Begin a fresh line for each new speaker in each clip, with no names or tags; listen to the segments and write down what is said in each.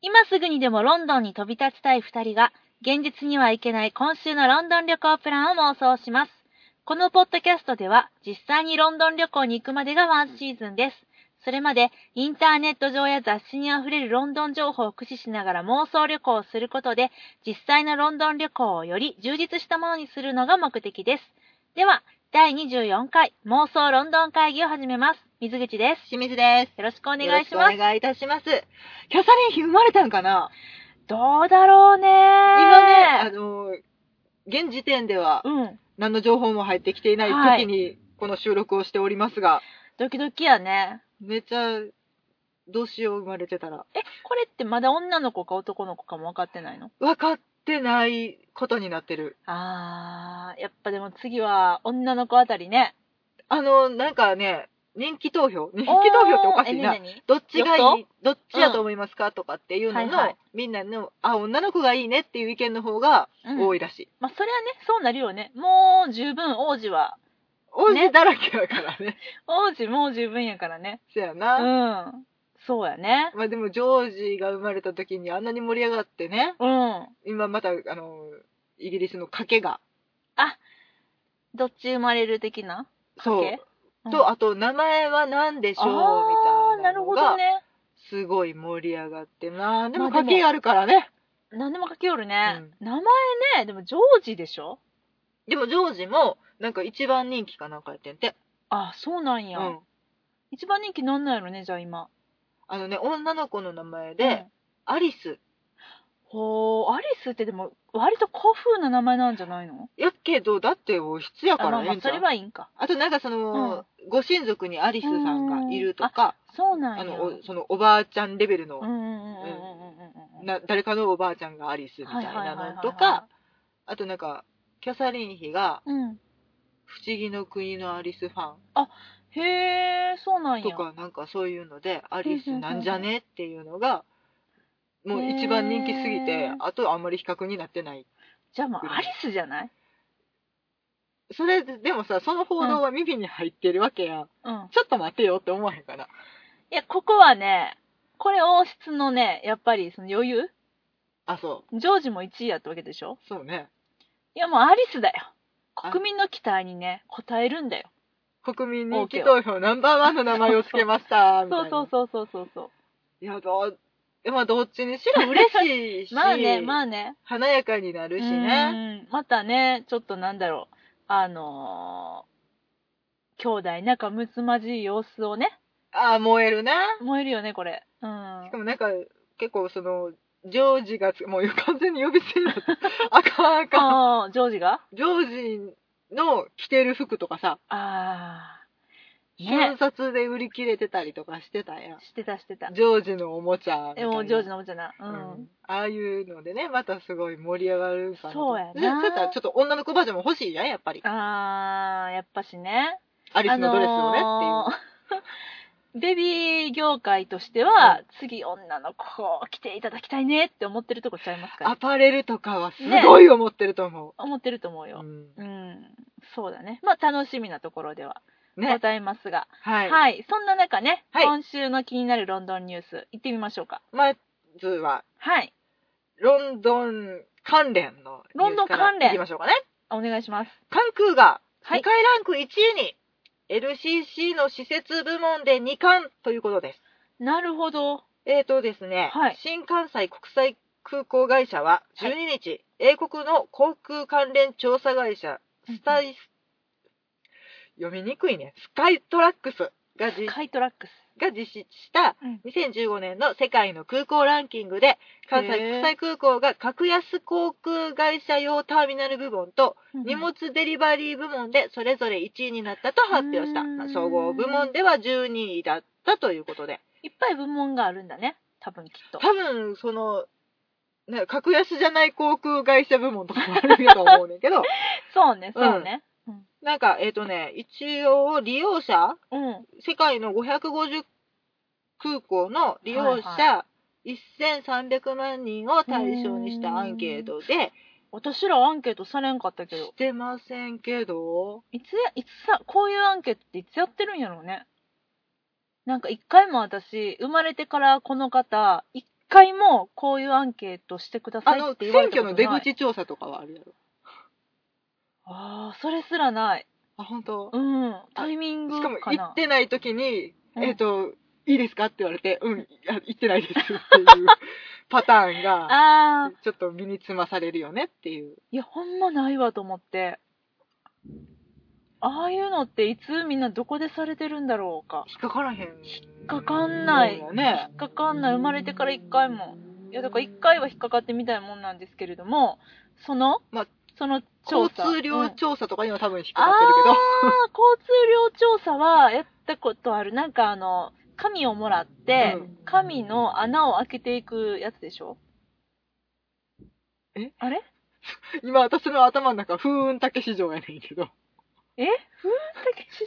今すぐにでもロンドンに飛び立ちたい2人が、現実には行けない今週のロンドン旅行プランを妄想します。このポッドキャストでは、実際にロンドン旅行に行くまでがワンシーズンです。それまで、インターネット上や雑誌にあふれるロンドン情報を駆使しながら妄想旅行をすることで、実際のロンドン旅行をより充実したものにするのが目的です。では、第24回妄想ロンドン会議を始めます。水口です。
清水です。
よろしくお願いします
よろくお。願いいたします。キャサリン妃生まれたんかな、
どうだろうね
今ね、あのー、現時点では
うん。
何の情報も入ってきていな
はい
時にこの収録をしておりますが、
ドキドキやね。
めっちゃ、どうしよう生まれてたら。
え、これってまだ女の子か男の子かも分かってないの
分かってないことになってる。
あー、やっぱでも次は女の子あたり ね。
あのー、なんかね、人気投票人気投票っておかしい
おーえ
な。
何々
どっちがい
予
いどっちやと思いますか、とかっていうのの、
はいはい
みんなの、あ、女の子がいいねっていう意見の方が
うん
多いらしい。
まあ、それはね、そうなるよね。もう十分王子は。
王子だらけやからね。
王子もう十分やからね。
そや
う
な。
ん。そうやね。
まあでもジョージが生まれた時にあんなに盛り上がってね、
うん。
今またあの、イギリスの賭けが、
どっち生まれる的な
そう
賭。け
と、あと名前は何でしょうみ
あ
た
ー
い
な
な
る
の
ほど
が、
ね。
すごい盛り上がって、まあでも
まあで
賭
も
けがあるからね。
何でも書きよるね。名前ね、でもジョージでしょ
でもジョージも、なんか一番人気かなんかやってんて。
あ、そうなん
う
や。
ん。
一番人気なんなんやろね、じゃあ今。
あのね、女の子の名前
う
で
ん、
アリス。
ほう、アリスってでも、割と古風な名前なんじゃないの
やけど、だって王室や
あ、
か
まあ
ら
ま
ね
あ、それはいいんか。
あとなんかその、ご親族にアリスさんがいるとか、
そうなんや。
あの、おそのおばあちゃんレベルの
うんうんうんうんうんうんうん。
な誰かのおばあちゃんがアリスみたいなのとか、あとなんか、キャサリン妃が、
うん。
不思議の国のアリスファ
へえ、そうなん
ンと
や。
か、なんかそういうので、アリスなんじゃねっていうのが、もう一番人気すぎ
へ
て
ー、
あとあんまり比較になってない。
じゃあもうアリスじゃない
それ、でもさ、その報道は耳に入ってるわけや。
うん。
ちょっと待てよって思わへんかな。
いや、ここはね、これ王室のね、やっぱりその余裕
あ、そ
ジョージも1位やったわけでしょ
う。そうね。
いや、もうアリスだよ。国民の期待にね、応えるんだよ。
国民人気投票ナンバーワンの名前をつけました、みたい
そ
な。
うそうそうそうそうそ
いや、どう、まあどっちにしろ嬉しい し、
う。まあね、まあね。
華やかになるしね。
うんまたね、ちょっとなんだろう、あのー、兄弟仲睦まじい様子をね、
ああ、燃えるね。
燃えるよね、これ。うん
しか。もなんか、結構その、ジョージがつ、もう完全に呼び捨てに なった。あかんあかん。
ああ、ジョージが
ジョージの着てる服とかさ、
ああ。
瞬
ね。
殺で売り切れてたりとかしてたやん。
してたしてた。
ジョージのおもちゃみたい
で
な。
も、ジョージのおもちゃな。う。
うんん。ああいうのでね、またすごい盛り上がるかなと。
そうやな
でそうやったらちょっと女の子バージョンも欲しいやん、やっぱり。
あー、やっぱしね。
アリスのドレスをね、っ
って
ていう。
いう。 ベビー業界としては、次女の子を来ていただきたいねって思ってるとこちゃいますから
ア。パレルとかはすごい思ってると思
思ってると思う
う。
よ
う。ん
うん。そうだね。まあ、楽しみなところではご
ね。
ざいますが。
は
はいい、。そんな中ね、
はい
今週の気になるロンドンニュース、行ってみましょうか。
まずは、
はい。
ロンドン関連のニュースから
ロンドン関連
いきましょうかね。
お願いします。
関空が
は
世界
い。
ランク1位に LCC の施設部門で2冠ということです。
なるほど。
えーとですね、
はい
新関西国際空港会社は12日、英国の航空関連調査会社、スタイス、読みにくいね、スカイトラックスが実
カイトラックス。
が実施した
うん
2015年の世界の空港ランキングで、関西国際空港が格安航空会社用ターミナル部門と荷物デリバリー部門でそれぞれ1位になったと発表した。
うん
まあ総合部門では12位だったということで。
いっぱい部門があるんだね。多分きっと。
多分、その、ね、格安じゃない航空会社部門とかもあるんやと思うねんけど、
そうね、そうね。
なんか、えっ、とね、一応利用者
うん。
世界の550空港の利用者、
は
1300万人を対象にしたアンケートで、
私らアンケートされんかったけど
し。てませんけど、
いつや、いつさ、こういうアンケートっていつやってるんやろうね。なんか一回も私、生まれてからこの方、一回もこういうアンケートしてくださ
あ
いっ
の、
て言われ
選
た
挙
こと
の
ない
出口調査とかはあるやろ。
ああそれすらない
あ、本当。
うんタイミング
しかも、
か
行
な
ってない時に、
うん
えっ、と、いいですかって言われて、うん、あ行ってないです っていうパターンが、
ああ
ちょっと身につまされるよねっていう。
いやほんまないわと思ってああいうのっていつみんなどこでされてるんだろうか
引っかからへん。
引っかかんない
もんやね。
引っかかんない生まれてから1回もいやだから1回は引っかかってみたいもんなんですけれどもその、
まあ
その調
交
査
通
うん
量調査とかには多分引っか
あ
かってるけど、
あー交通量調査はやったことあるなんかあの紙をもらって、
うん
紙の穴を開けていくやつでしょ
え
あれ
今私の頭の中、風雲竹市場やねんけど、
えふーんだけし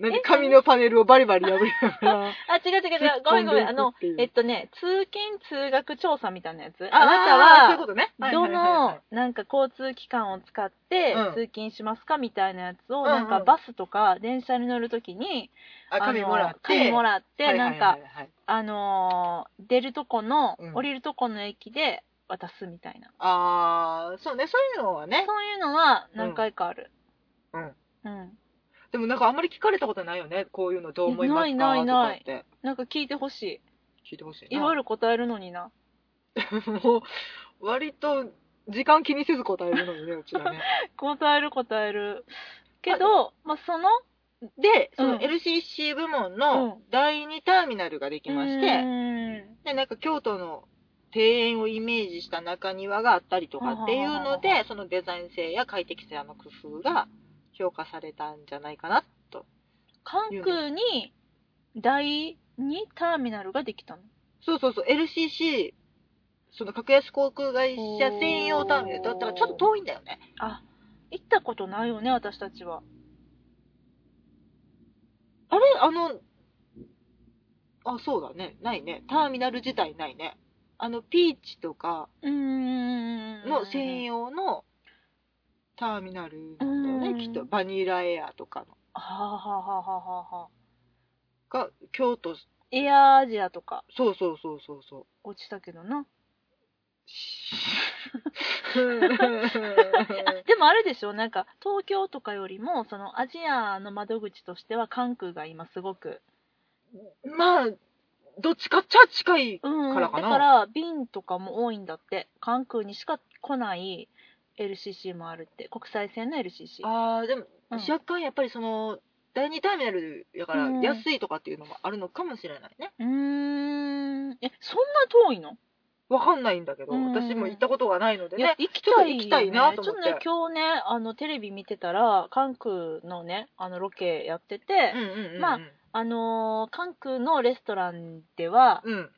何紙のパネルをバリバリ破りながら、
あ、違う違う違う。ごめんごめん。あの
突っ込んでいくっていう、
えっとね、通勤通学調査みたいなやつ。 あ
あ
な
ーそう
た
いうこ
は、
とね。はいは
ど
いはいはい
の、なんか交通機関を使って
うん
通勤しますかみたいなやつを、
うんうん
なんかバスとか電車に乗るときに、
あ紙もらって、
紙もらって、
はいは
ないん
は
か
い、はい、
あのー、出るとこの
う、ん
降りるとこの駅で渡すみたいな。
あー、そうね、そういうのはね、
そういうのは何回かある。
うん。
うん。
でもなんかあんまり聞かれたことないよね。こういうのどう思いますか
ないないない
とかって
なんか聞いてほし
聞いてほしい
い。
な。
いろいろ答えるのにな。
もう、割と時間気にせず答えるのにね、うち らね。
答える答える。けど、まあ、その、
で、そ
うん
の LCC 部門
う
の
ん
第2ターミナルができまして、
うーん
で、なんか京都の庭園をイメージした中庭があったりとかっていうの
は
で、そのデザイン性や快適性の工夫が評価されたんじゃないかな。
関空に第2ターミナルができたの
そうそうそう、LCC、その格安航空会社専用ターミナルだったからちょっと遠いんだよね。
あ行ったことないよね私たちは
あれあの、あ、そうだね。ないね。ターミナル自体ないね。あの、ピーチとか
うーん
の専用のターミナルなんだよね。
うん
きっと、バニラエアとかの。
はあはあはあはあはあ
が、京都、
エアアジアとか
そうそうそうそうそう。
落ちたけどなでもあれでしょなんか東京とかよりもそのアジアの窓口としては関空が今すごく
まあ、どっちかっちゃ近い。
うん
からかな
だから便とかも多いんだって関空にしか来ない LCC もあるって国際線の LCC
ああ、でも、
うん
若干やっぱりその、第2ターミナルやから
うん
安いとかっていうのもあるのかもしれないね。
うーんえそんな遠いの
わかんないんだけど、
うん
私も行ったことがないので
いや
ね。
行きたい,、
ちょっと行きたいなと思って
ちょっとね今日ねあのテレビ見てたら関空のねあのロケやってて、
うんうんうんうん
まあ、あのー関空のレストランでは
うん。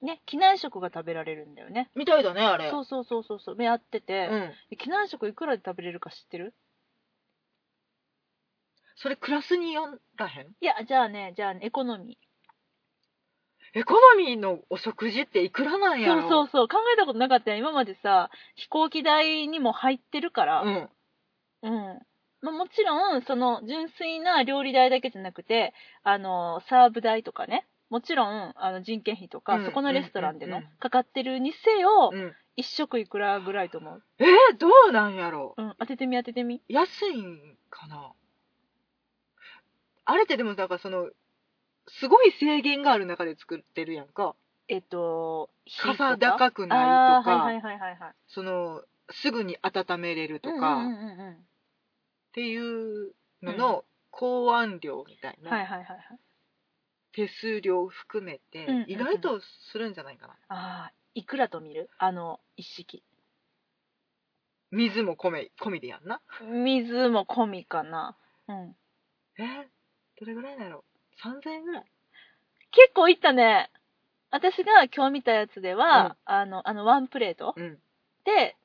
ね機内食が食べられるんだよね
みたいだね、あれ。
そうそうそうそうそうやってて
う、ん。
機内食いくらで食べれるか知ってる
それクラスによらへん
いやじゃあねじゃあねエコノミ
エコノミーのお食事っていくらなん
ー
や
そう
ろ
そうそう考えたことなかったよ今までさ飛行機代にも入ってるから、
うん。
うん。まあ、もちろん、その、純粋な料理代だけじゃなくて、あの、サーブ代とかね、もちろん、あの、人件費とか、
うん
そこのレストランで
う
の
んうんうん、
かかってるにせよ
う、ん、
一食いくらぐらいと思う。
えーどうなんやろ
うん、当ててみ当ててみ。
安いんかなあれってでもなんかその、すごい制限がある中で作ってるやんか。
えっと、火
か
とか
さ高くな
あ
いと
ーはいはい、は
か
いはいはい。
その、すぐに温めれるとか、
うんう
っ
んうんうん
ていうのの考案料みたい
うん。はい
な、
はいはいはい。
手数料含めて
うんうんうん、
意外とするんじゃないかな。
ああ、いくらと見るあの、一式。
水も米、込みでやんな。
水も込みかな。うん。
えーどれぐらいだろう ?3000 円ぐらい
結構いったね。私が今日見たやつでは、あの、あの、ワンプレート
うん。
で、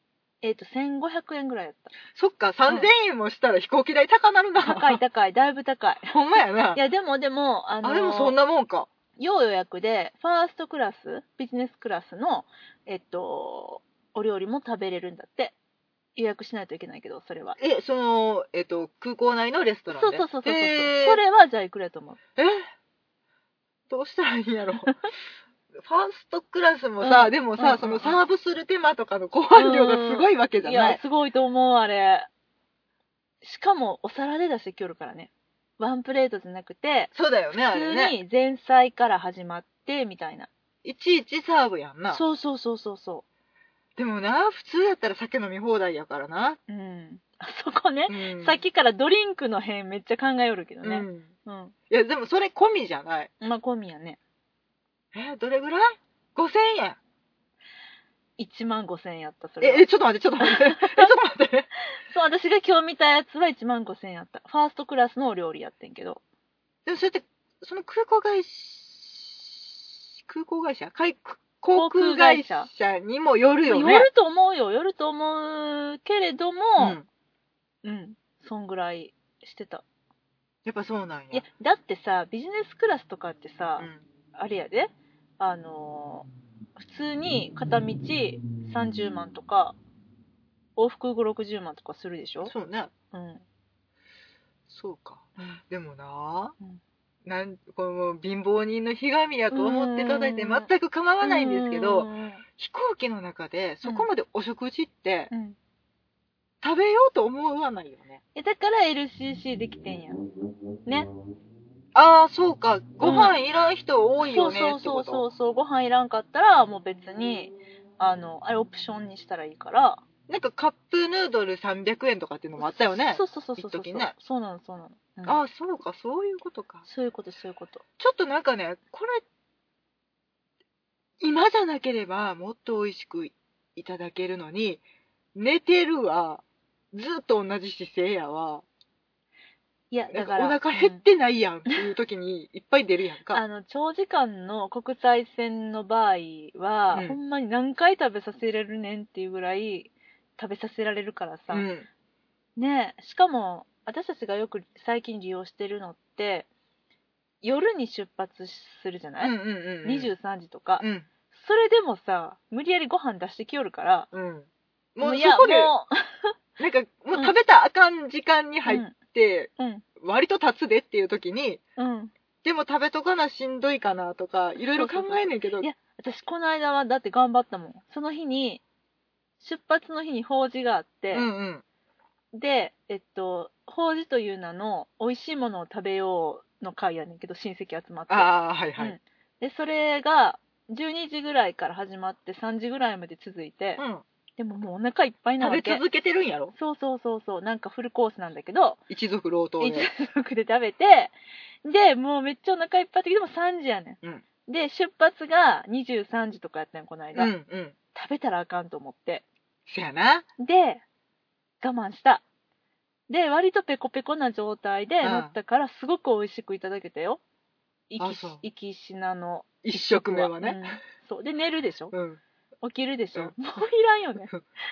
えっ、と、1500円ぐらいだった。
そっか、3000円もしたら飛行機代高なる な。
高い高い、だいぶ高い。
ほんまやな。
いや、でもでも、あの、
あ、でもそんなもんか。
要予約で、ファーストクラス、ビジネスクラスの、えっと、お料理も食べれるんだって。予約しないといけないけど、それは。
え、その、えっと、空港内のレスト
そう
ラン
そうそうそう
で。
そう。
えー
それは、じゃあいくらやと思う
えどうしたらいいんやろ。ファーストクラスもさ、
うん
でも
うんうんう
さ、
ん
そのサーブする手間とかのご飯量がすごいわけじゃ
い
ない。
や、すごいと思う、あれ。しかも、お皿で出してきよるからね。ワンプレートじゃなくて、
そうだよね、あ
普
れ
通
ね。
に前菜から始まって、みたいな。
いちいちサーブやんな。
そうそうそうそうそ
でもな、普通やったら酒飲み放題やからな。
う。うん。あそこね、
うん
さっきからドリンクの辺めっちゃ考えよるけど
う
ね。
ん。
うん。
いや、でもそれ込みじゃない。
まあ、込みやね。
え、どれぐらい ?5000 円。
1万5千円やった、それは
え、え、ちょっと待って、ちょ っと待って。え、ちょっと待って。
そう、私が今日見たやつは1万5千円やった。ファーストクラスのお料理やってんけど。
でもそれって、その空港会社、空港会社海航空会社にもよるよ
よ
ね。
ると思うよ、よると思うけれども、
うん。
うん、そんぐらいしてた。
やっぱそうなんや。
いや、だってさ、ビジネスクラスとかってさ
う、ん
あれやで、あのー普通に片道30万とか、往復5、60万とかするでしょ
そうね。
うん。
そうか。でもな、
うん
なんこの貧乏人のひがみやと思っていただいて
うんうんうん
全く構わないんですけ
う
ど、
ん
飛行機の中でそこまでお食事って
うん。
食べようと思わないよね。
え、だから LCC できてんやん。ね。
ああ、そうか。ご飯いらん人多い
そ
よ
う
ね
そう
って
そ
こ
うそ
と。
うそう、ご飯いらんかったら、もう別に、あの、あれオプションにしたらいいから。
なんかカップヌードル300円とかっていうのもあったよね。
そうそうそうそうそう
一時ね
そうなのそうなの、うん
ああ、そうか、そういうことか。
そういうことそういうこと
ちょっとなんかね、これ、今じゃなければもっと美味しくいただけるのに、寝てるわ、ずっと同じ姿勢やわ、
いや
な
だ
んか
から
お腹減ってないやんっていう時にいっぱい出るやん
うん
か。
あの長時間の国際線の場合は、
うん
ほんまに何回食べさせれるねんっていうぐらい食べさせられるからさ、
うん。
ねえしかも私たちがよく最近利用してるのって夜に出発するじゃ
う
ない、
んうんうんうん。
23時とか、
うん。
それでもさ無理やりご飯出してきよるから
うん。もう
い
そ
や
こで、
も
なんか、もう食べたらあかん時間に
う
入って、
うん
割と経つでっていう時に、
うん、うん
でも食べとかなしんどいかなとか、いろいろ考えんねんけど、
いや、私この間はだって頑張ったもん。その日に、出発の日に法事があって、
うんうん。
で、えっと、法事という名の美味しいものを食べようの会やねんけど、親戚集まって。
ああ、はいはい。
で、それが、12時ぐらいから始まって3時ぐらいまで続いて、
うん。
でももうお腹いっぱいなわ
食べ
け。
続けてるんやろ
そうそうそうそう、なんかフルコースなんだけど、
一族労働
一
で。
族で食べて、で、もうめっちゃお腹いっぱいだけど、でも3時やねん。
うん
で、出発が23時とかやったんこの
う
間、
んうん。
食べたらあかんと思って。
せやな。
で、我慢した。で、割とペコペコな状態で
うん
乗ったから、すごく美味しくいただけたよ。い
あ
き
そう
いきしなの。
一食目はね。
うんそう。で、寝るでしょ
うん。
起きるでしょ、
う
もういらんよね。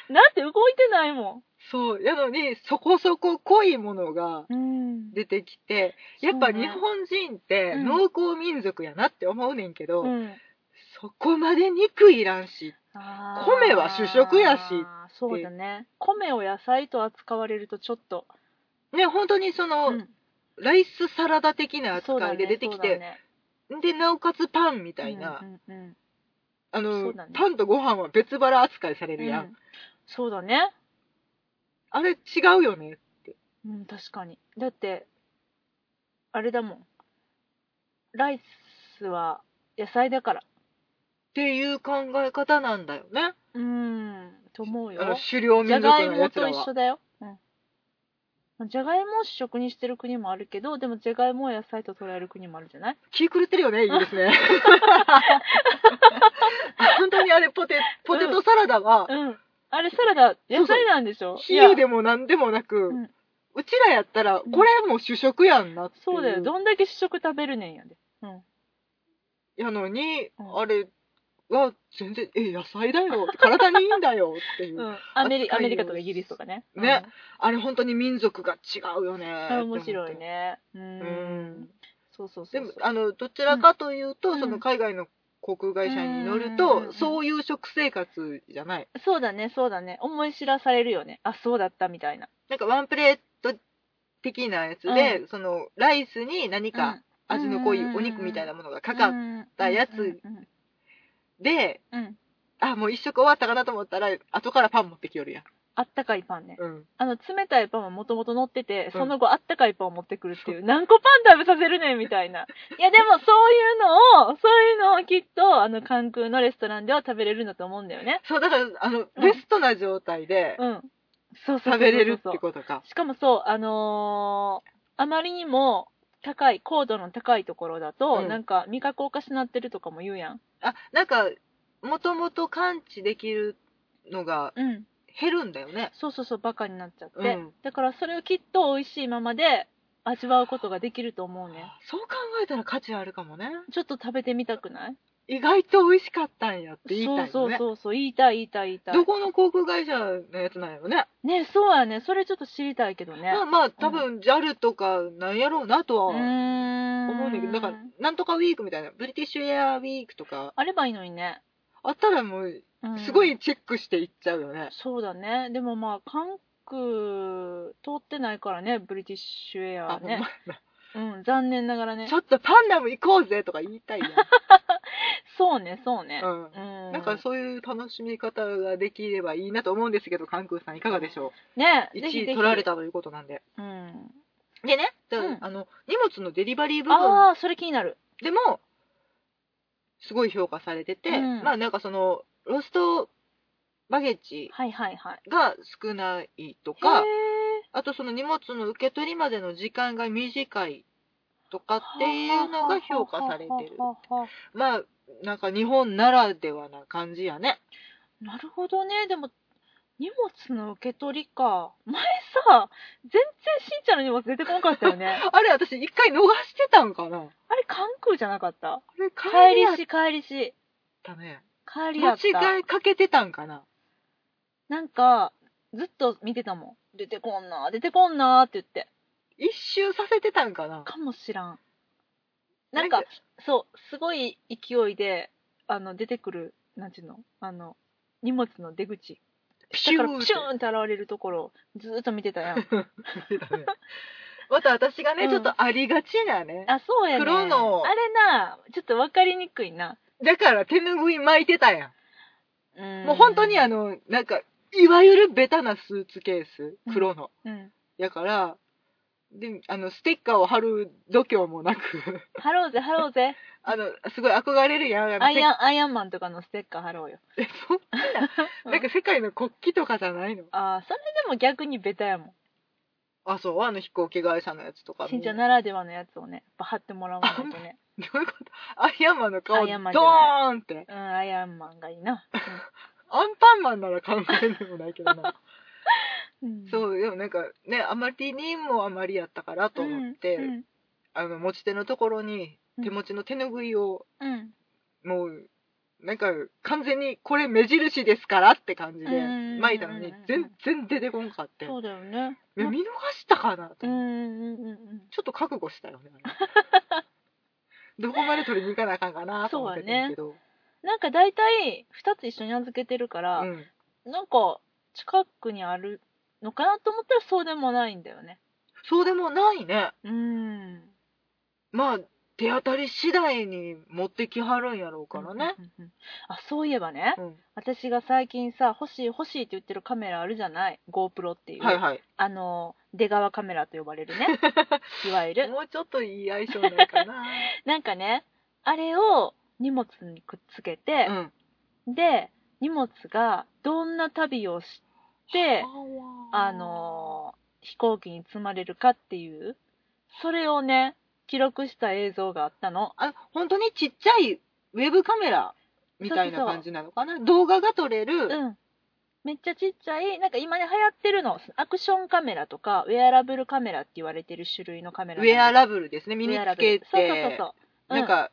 なんて動いてないも
そう。やのに、そこそこ濃いものが
ん。うん。
出てきて、やっぱ
そうね
日本人って
うん
農耕民族やなって思うねんけど、
うん、
そこまで肉いらんし。
あー
米は主食やし。
そうだね。米を野菜と扱われるとちょっと。
ね、本当にその、
うん
ライスサラダ的な
そうだ
扱い
ね
で出てき
そうだ
て、
ね
で、なおかつパンみたいな、
うんうんうん
あ
そ
の、
うだね
パンとご飯は別腹扱いされるやん。
うんそうだね。
あれ違うよね。
うん、確かに。だって、あれだもん。ライスは野菜だから。
っていう考え方なんだよね。
うーん、と思う
あの
よ。
狩猟
じゃ
民族
がい
の
も
やつ
と
ら
一
は
緒。だよ。うん。じゃがいもを主食にしてる国もあるけど、でもじゃがいもを野菜と捉える国もあるじゃない
気狂ってるよね、いいです ね。本当にあれ、ポテ、ポテトサラダは、
うん。あれサラダ、
そう
野菜なんでしょ
比喩
いや
でも何でもなく、
ん
うちらやったら、
ん
これもう主食やんなっていう。
そうだよ。どんだけ主食食べるねんやで。うん。
やのに、
うん
あれは全然、え、野菜だよ。体にいいんだよ。っていう。
うん。アメリアメリカとか
扱いを
イギリスとかね。
ねあれ、本当に民族が違うよね。
うん。あれ面白いね。う
って
ん
思って。うん。。
そうそうそ
で
う
も
そう。
あのどちらかというと、
うん
その海外の航空会社に乗る
うんうんうんう
と
ん、
そういう食生活じゃない。
そうだね、そうだね。思い知らされるよね。あ、そうだったみたいな。
なんかワンプレート的なやつで、そのライスに何か味の濃いお肉みたいなものがかかっ
った
やつで、
うん。
あ、もう一食終わったかなと思ったら、後からパン持ってきよるやん。
あったかいパンね。
うん。
あの、冷たいパンはもともと乗ってて、
うん
その後あったかいパンを持ってくるっていう、何個パン食べさせるねんみたい な。いや、でもそういうのを、そういうのをきっと、あの、関空のレストランでは食べれるんだと思うんだよね。
そう、だから、あの、
ん
ベストな状態で
うん。そうそうそうそうそう
食べれるってことか。
しかもそう、あのーあまりにも高い、高度の高いところだと、
うん
なんか味覚おかしなってるとかも言うやん。
あ、なんか、もともと感知できるのが
うん。
減るんだよね。
そうそうそう、バカになっちゃって。
うん
だからそれをきっと美味しいままで味わうことができると思うね。
そう考えたら価値あるかもね。
ちょっと食べてみたくない
意外と美味しかったんやって言いたいよね。
そうそうそうそう、言いたい言いたい言いたい。
どこの航空会社のやつなんやろね。
ね、そうやね。それちょっと知りたいけどね。
まあまあ、多分 JAL とかなんやろうなとは
うー
思
ん。
うんだけど、だから、なんとかウィークみたいな、ブリティッシュエアウィークとか、
あればいいのにね。
あったらもう、
うん
すごいチェックしていっちゃうよね。
そうだね。でもまあ、韓国通ってないからね、ブリティッシュエア
あ、
はね。
ほん
うん、残念ながら
ま
ね
ち。ょっとパンダム行こうぜとか言いたいやん。
そうね、そうね。
うん
うん。
なんかそういう楽しみ方ができればいいなと思うんですけど、関空さんいかがでしょ
ね
う ?1
ぜひぜ
位
ひ
取られたということなんで。
うん。
でね、だから
うん
あの、荷物のデリバリー部分
ああ、それ気になる。
でも、すごい評価されてて、
うん
まあなんかその、ロストバゲッジ
はいはいはい。
が少ないと
へ
か
ー、
あとその荷物の受け取りまでの時間が短いとかっていうのが評価されてる。
はははは
まあ、なんか日本ならではな感じやね。
なるほどね。でも、荷物の受け取りか。前さ、全然しんちゃんの荷物出てこなかったよ ね。
あれ、私一回逃してたんかなあ
あれ、関空じゃなかった
れ、
帰
帰り
り
やっ
し、帰りし。
たね。
帰りや
間
った。
違いかけてたんかな
なんか、ずっと見てたもん。出てこんな、出てこんなって言って。
一周させてたんかな
かもしらん。なんか、そう、すごい勢いで、あの、出てくる、なんちゅうの、あの、荷物の出口。
ピ
だ
シュ
か
ー
ら、
っ
ピ
て
シューンって現れるところをずーっと見てたやん。
出たね また私がね、
うん
ちょっとありがちなね。
あ、そうやね。
黒の
あれな、ちょっとわかりにくいな。
だから手ぬぐい巻いてたや。
うんん
もう本当にあ、の、なんか、いわゆるベタなスーツケース、黒の。
うん。
やから、で、あの、ステッカーを貼る度胸もなく、
貼ろうぜ、貼ろうぜ。
あの、すごい憧れるやん。あの
アイアン、アイアンマンとかのステッカー貼ろうよ。
せ えそん な、なんか世界の国旗とかじゃないの
ああ、それでも逆にベタやも
あ、そう、あの飛行機会社のやつとか。
ん。しんちゃんならではのやつをね、やっぱ貼ってもらわないと ね。
どういうことアイアンマンの顔、
ア
ド
イ
ー
アンマンじゃな
ンって。
うん、アイアンマンがいいな。
アンパンマンなら考えでもないけどな。
うん
そう、でもなんかね、あまりにもあまりやったからと思って、
うんうん
あの、持ち手のところに、
うん
手持ちの手ぬぐいを、
うん。
もう、なんか、完全に、これ目印ですからって感じで
うんうんうんう、ん
巻いたのに、全然出てこんかって。
そうだよね。
いや見逃したかなと
うん
思っ
う
て、
んうんうん。
ちょっと覚悟したよね。あ れどこまで取りに行かなあかんかなと思ってたけど。
なんか大体2つ一緒に預けてるから、
うん
なんか近くにあるのかなと思ったらそうでもないんだよね。
そうでもないね。
うん。
まあ、手当たり次第に持ってきはるんやろうからね。
うんうんうん。あ、そういえばね、
うん
私が最近さ、欲しい欲しいって言ってるカメラあるじゃない ?GoPro っていう。
はいはい。
あの、出川カメラと呼ばれる ね。いわゆる。
もうちょっといい相性ないかな。
なんかね、あれを荷物にくっつけて、
うん。
で荷物がどんな旅をしてあ
あ
のー飛行機に積まれるかっていうそれをね記録した映像があったの
あ、本当にちっちゃいウェブカメラみたいな感じなのかな動画が撮れ
う
る。
んめっちゃちっちゃいなんか今ね流行ってるのアクションカメラとかウェアラブルカメラって言われてる種類のカメラ
ウェア
ラ
ラブルですね。身につけて。
そうそうそうそううん
なんか、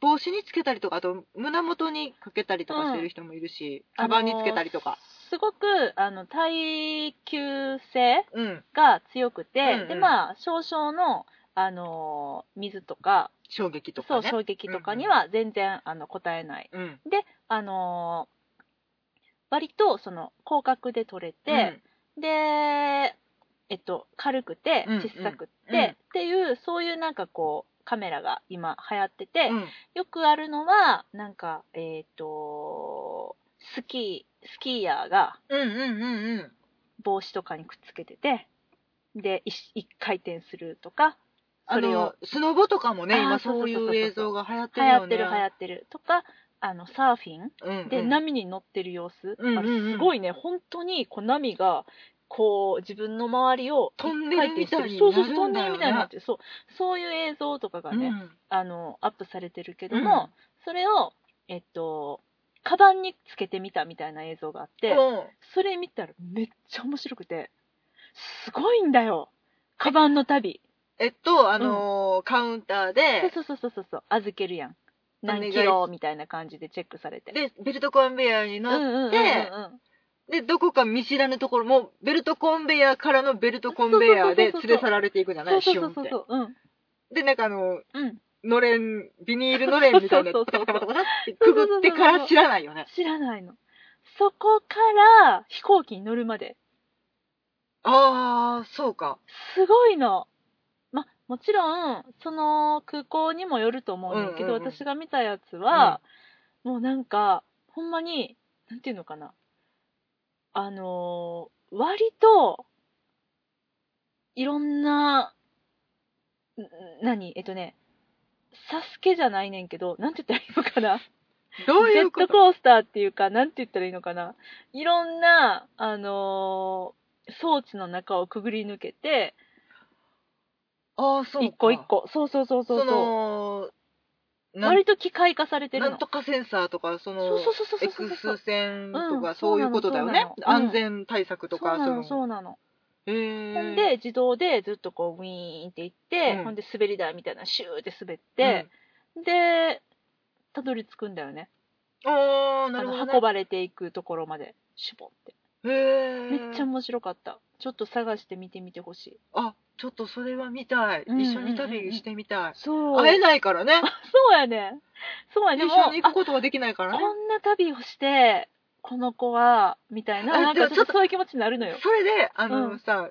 帽子につけたりとか、あと胸元にかけたりとかしてる人もいるし、カバンにつけたりと
あの
か
ー。すごくあの耐久性
うん。
が強くて、
うんうん
でまあ少々のあのー水とか
衝撃と
そ
か
う
ね。
衝撃とかには全然、あの答えない
うん。
あのー割とその広角で撮れ
う
て、
ん、
でえっと軽くて
うん
小さくて、
うん
っていうそういうなんかこうカメラが今流行ってて、
うん
よくあるのは、なんか、えっ、と、スキー、スキーヤーが
うんうんうんうん。
帽子とかにくっつけてて、で、一一回転するとか、それを、
あのスノボとかもね、
あー
今
そう
そ
そう
う
そう
い
そう
う映像が流行って
流
る
行
よ
って
ね。
る流行ってるとか、あの、サーフィン
うんうん
で、波に乗ってる様子。
うんうんうん
あれすごいね、本当にこう波が、こう、自分の周りを
トンネルみたい
そ
になるんだよね
うそうそう、トンネルみたいになってる、そう、そういう映像とかがね、
うん
あの、アップされてるけど
うん
も、それを、えっと、カバンにつけてみたみたいな映像があって、
うん
それ見たらめっちゃ面白くて、すごいんだよカバンの旅。
えっと、あのーカウンターで、
そうそうそうそうそう、預けるやん。
お願
何
いし
キロみたいな感じでチェックされて。
で、ベルトコンベヤーに
うんうん
乗っ
うんうん
て、
うん
で、どこか見知らぬところ、もうベルトコンベヤーからのベルトコンベヤーで
そうそうそうそう
連れ去られていくじゃな
そう
いシ
そ
ュ
う
ン
そう
って
そ。う、うん。
で、なんかあの、
うん。
のれん、ビニールのれんみたいな
そ
の
う
を
そうそうそう
パタパタパタってくぐってから知らないよね。
知らないの。そこから飛行機に乗るまで。
あー、そうか。
すごいの。ま、もちろん、その空港にもよると思うんだけど、
うんうんうん
私が見たやつは、もうなんか、ほんまに、なんていうのかな。あのー割と、いろんな、ん何えっとね、サスケじゃないねんけど、なんて言ったらいいのかな
どう
ジ
い
ェ
う
ッ
こ
ト
と
コースターっていうか、なんて言ったらいいのかな。いろんな、あのー装置の中をくぐり抜けて、
あー、そうか。
一個一個。そうそうそうそう
そ
そう。
の、なん
割と機械化されてる
な
の
ん。とかセンサーとか、そ
そう
の、
そうそうそう
エ
そう
ク
そう。
ス線と
うん
か、そういうことだよね
そう。なのそうなの
安全対策と
そ
か、
うなの、
その。
そうなの。
へー
ほんで、自動でずっとこう、ウィーンって行って、
うん
ほんで滑り台みたいな、シューって滑って、、で、たどり着くんだよね。
うんあー、な
あ
るほ
の
ど、ね。
運ばれていくところまで、シュポって。
へー
めっちゃ面白かった。ちょっと探して見てみてほしい。
あ、ちょっとそれは見たい。
うん
一緒に旅してみたい。
そう。
会えないからね。
そうやねん。そうやね
一
ん。でも
緒に行くことはできないから
あ
ね。
こんな旅をして、この子は、みたいな、
あ
なん
で
か
も
ち
ち
ょ
ょ
っ
っ
と
と
そういう気持ちになるのよ。
それで、あの、
うん
さ、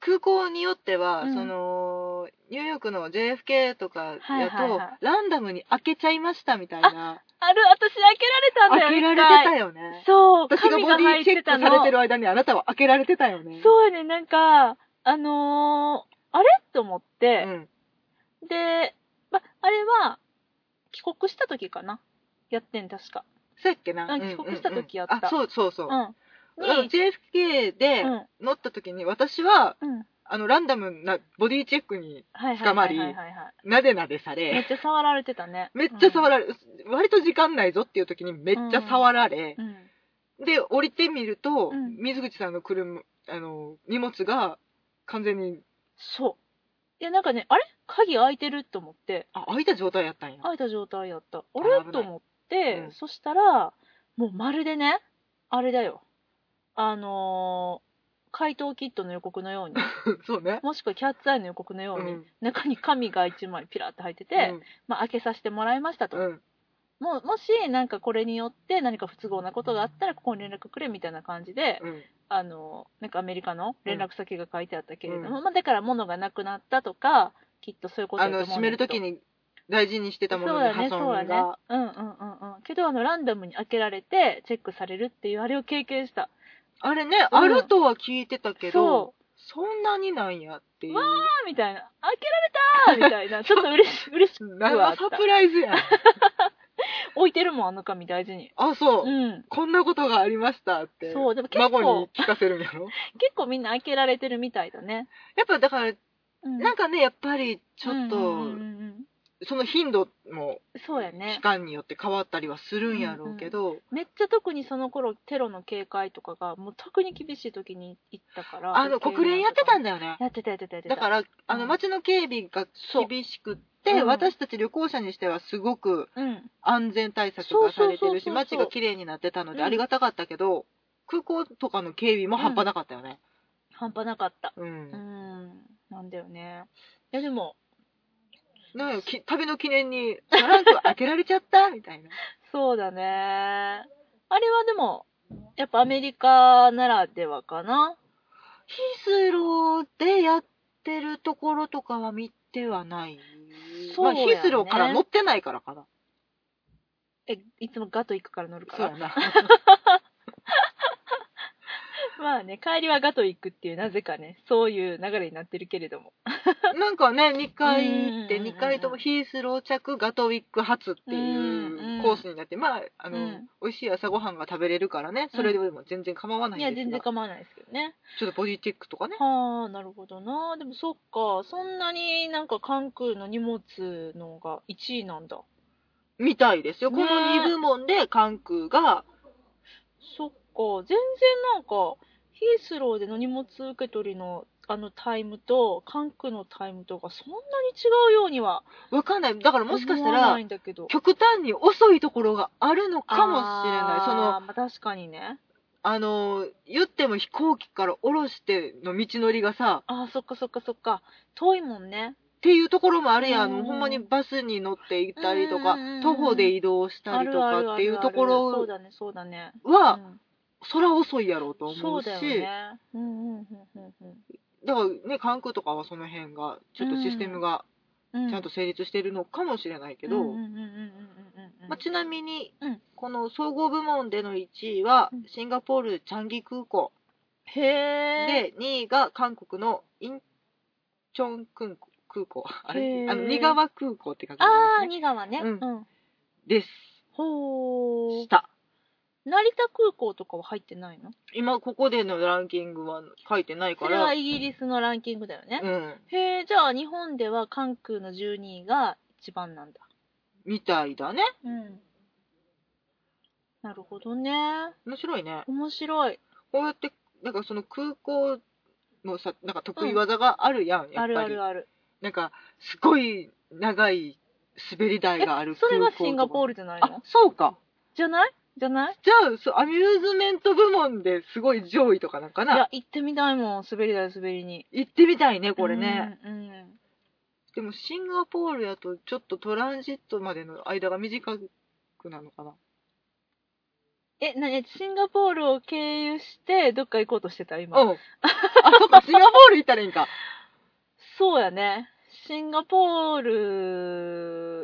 空港によっては、
うん
その、ニューヨークの JFK とかやと、
はいはいはい
ランダムに開けちゃいましたみたいな、
ある、私開けられたんだよ。
開けられてたよ
一回
ね。
そう、
私が
髪
ボ
が
デ
入
ィ
っ
チェ
て
ック
た
さ
の。
れてる間にあなたは開けられてたよね。
そうやねん、なんか、あのー、あれと思っ
う
て、
ん。
で、ま、あれは、帰国した時かな。やってん、確か。
そうやっけな。
あ
うん
帰国した時やった
うんうんあ、そうそうそう
う。ん。
うん
に、
JFK で
うん。
乗った時に、私は、
うん。
あの、ランダムなボディチェックに
はいはいはいはい、はい。
捕まりなでなでされ、
めっちゃ触られてたね。
めっちゃ触
ら
られ、割と時間ないぞっていう時にめっちゃ触ら
れ、
れ、
うん。
で、降りてみると、
うん
水口さんの車、あの、荷物が完全に、
そう。いや、なんかね、あれ鍵開いてると思って、
あ、開いた状態やったんや。
開いた状態やった。あ
危
れ
ない
と思って、
うん
そしたら、もうまるでね、あれだよ。あのー、怪盗キットの予告の ように、
そうね。
もしくはキャッツアイの予告のように、
うん
中に紙が1枚ピラッと入ってて、まあ、開けさせてもらいましたと。
うん、うん。
もうもし、なんかこれによって何か不都合なことがあったら、ここに連絡くれみたいな感じで、
うん。
あの、なんかアメリカの連絡先が書いてあったけれども、
う
まあだから物がなくなったとか、きっとそういうこと
あ
だと思
の、閉
うん
め
だ
る
けど
時に大事にしてたも
そう
の
や
に
ね、
破
そうや
損
ね
が。。
うんうんうんうん。けど、あの、ランダムに開けられて、チェックされるっていう、あれを経験した。
あれね、
うん
あるとは聞いてたけ
そ
ど、そんなになんやっていう。
わあーみたいな。開けられたーみたいな。ちょっと嬉し、嬉しくはあ
生
っ
サ
た
プ。ライ ズやん。
置いてるもん、あの紙大事に。
あ、そうう、
ん。
こんなことがありましたって。
そう、でも結
孫
構
に、聞かせるんやろ
結構みんな開けられてるみたいだね。
やっぱだから、
うん
なんかね、やっぱりちょっと、
うんうんうんうん
その頻度も
そうやね
期。間によって変わったりはするんやろうけど、
めっちゃ特にその頃テロの警戒とかがもう特に厳しい時に行ったから
あの国連やってたんだよね。
やってたやってたやってた
だからら、あの街の警備が
そう
厳しくっ
う
て、
ん
私たち旅行者にしてはすごく
うん
安全対策がされてるし、
そうそうそうそうそう
街が綺麗になってた
う
ので
ん
ありがたかったけど、空港とかの警備も半端なかったよね。
半端なかった
うん。
うんなんだよねいやでも
なんかき旅の記念にトランク開けられちゃったみたいな。
そうだねあれはでもやっぱアメリカならではかな
ヒスローでやってるところとかは見てはない。
そう
まあ、
やね
ヒスローから乗ってないからかな。
え、いつもガト行くから乗るか
そうや
ら。
な。
まあね、帰りはガト行くっていう、なぜかね、そういう流れになってるけれども。
なんかね、2回行っ
う
て、
んうんうんうん
2回ともヒースロー着ガトウィック発って
ん
いううんコースになって、まあ、あの、
うん
美味しい朝ごはんが食べれるからね、それでも全然構わない
い
んで
や、全
すが、
然構わないですけどね。
ちょっとボディチェックとかね。
はあ、なるほどな。でもそっか、そんなになんか関空の荷物のが1位なんだ。
みたいですよ。この
ね
2部門で関空が、
そっか、全然なんか、ヒースローでの荷物受け取りのあのタイムと、関空のタイムとがそんなに違うようには
わかんない。だからもしかした
思わな
ら
い、んだけど。
極端に遅いところがあるのかもしれない。その
あ、ー、まあ、確かにね。
あの、言っても飛行機から降ろしての道のりがさ、
ああ、そっかそっかそっか。遠いもんね。
っていうところもあるやん。
うんうん
ほんまにバスに乗って行ったりとか
うんうんうん、
徒歩で移動した
あ
り
る
と
ある
か
あるある
っていうとこ
そう
ろ
だね、そうだね。
は、
うん
そら遅いやろうと
そ
思
う
うし、
だよね。うんうんうんうん
だからね、関空とかはその辺が、ちょっとシステムが
うん。
ちゃんと成立してるのかもしれないけど、
うんうんうんうんうんうんうん。
まあ、ちなみに、
うん
この総合部門での1位は
うん、
シンガポールチャンギ空港
へえ。
で、2位が韓国のインチョン空港。空港あ
へ
れ
ー
あの、ニガワ空港って書くて
あ
あ
あ、
るんで
二川ね。
う
うんん。
すね。
ほ
で
ー
す。し。た。
成田空港とかは入ってないの
今ここでのランキングは書いてない
そ
か
れは
ら、
イギリスのランキングだよね。
うん、
へえ、じゃあ日本では関空の12位が一番なんだ。
みたいだね。
うん。なるほどね。
面白いね。
面白い。
こうやって、なんかその空港のさ、なんか得意技があるやん、やっぱ
あ
り。
るあるある。
なんか、すごい長い滑り台
え
がある
それはシンガポー
ル
ルじゃない
あ
の、
そうか。
じゃないじゃない
じゃあそう、アミューズメント部門ですごい上位とかなんか
い
な。
や、行ってみたいもん、滑り台滑りに。
行ってみたいね、これね。
うん。うん。
でもシンガポールやとちょっとトランジットまでの間が短くなるのかな。
え、なに、シンガポールを経由して、どっか行こうとしてた、今。
うん。あ、 そっか、シンガポール行ったらいいんか。
そうやね。シンガポー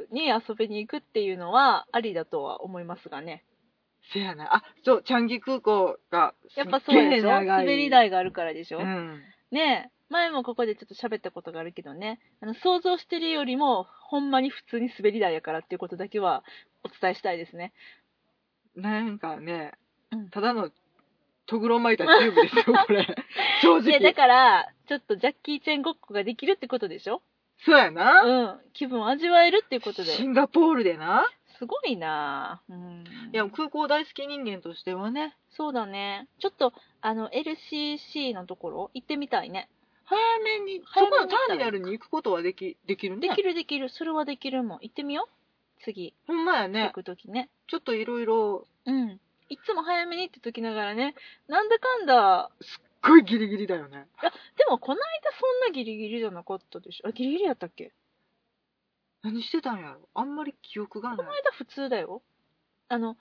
ルに遊びに行くっていうのはありだとは思いますがね。
せやな。あ、そう、チャンギ空港がす
や
っ
っ
げ
ぱ
ー長
そうでしょ
い
滑り台があるからでしょ、
うん。
ねえ。前もここでちょっと喋ったことがあるけどね。あの、想像してるよりも、ほんまに普通に滑り台やからっていうことだけはお伝えしたいですね。
なんかね、
うん
ただのとぐろ巻いたチューブですよ、これ。正
いや、だ
直。
から、ちょっとジャッキーチェンごっこができるってことでしょ
そうやな。
うん。気分を味わえるっていうことで。
シンガポールでな。
すごいなぁ。うん。
いや、空港大好き人間としてはね、
そうだね。ちょっと、あの、LCC のところ行ってみたいね。
早めに、そ
早
こ
めに行
の
っ
タ
たら
ーミナルに行くことはでき、できるね。
できるできる。それはできるもん。行ってみよう。次、
ほんまや
行
ね。
くときね。
ちょっといろいろ、
うん。いつも早めにってときながらね。なんだかんだ。
すっごいギリギリだよね。
でも、この間そんなギリギリじゃなかったでしょ。あ、ギリギリやったっけ
何してたんやろあんまり記憶が
この
ない。
間普通だよ。あの、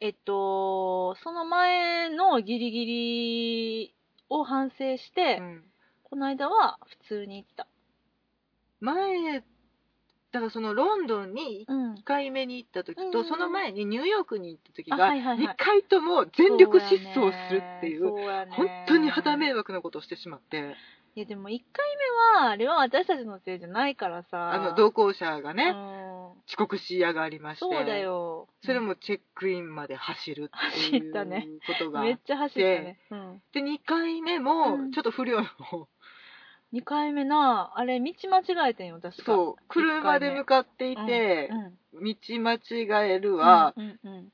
えっと、その前のギリギリを反省して、
うん。
この間は普通に行った。
前、だからそのロンドンに
うん
1。回目に行った時
うんうんう
と、
ん
その前にニューヨークに行った時
あ
が、
はいはいはい
2回とも全力疾走するっていう、
そうやね
本当に肌迷惑なことをしてしまって、
いやでも1回目は、あれは私たちのせいじゃないからさ。
あの、同行者が
う
ね、
ん
遅刻しやがりまして、
そうだよ。
それもチェックインまで走るって
走
い
っ
う
たね
こと
うん
があ
めっ
っ
ちゃ走ったね。うん、
て、2回目
う
も
ん
ちょっと不良の、
2回目な、あれ、道間違えてんよ、確か。
そう、車で向かってい
うん
て
う、ん
道間違えるわ、
うんうん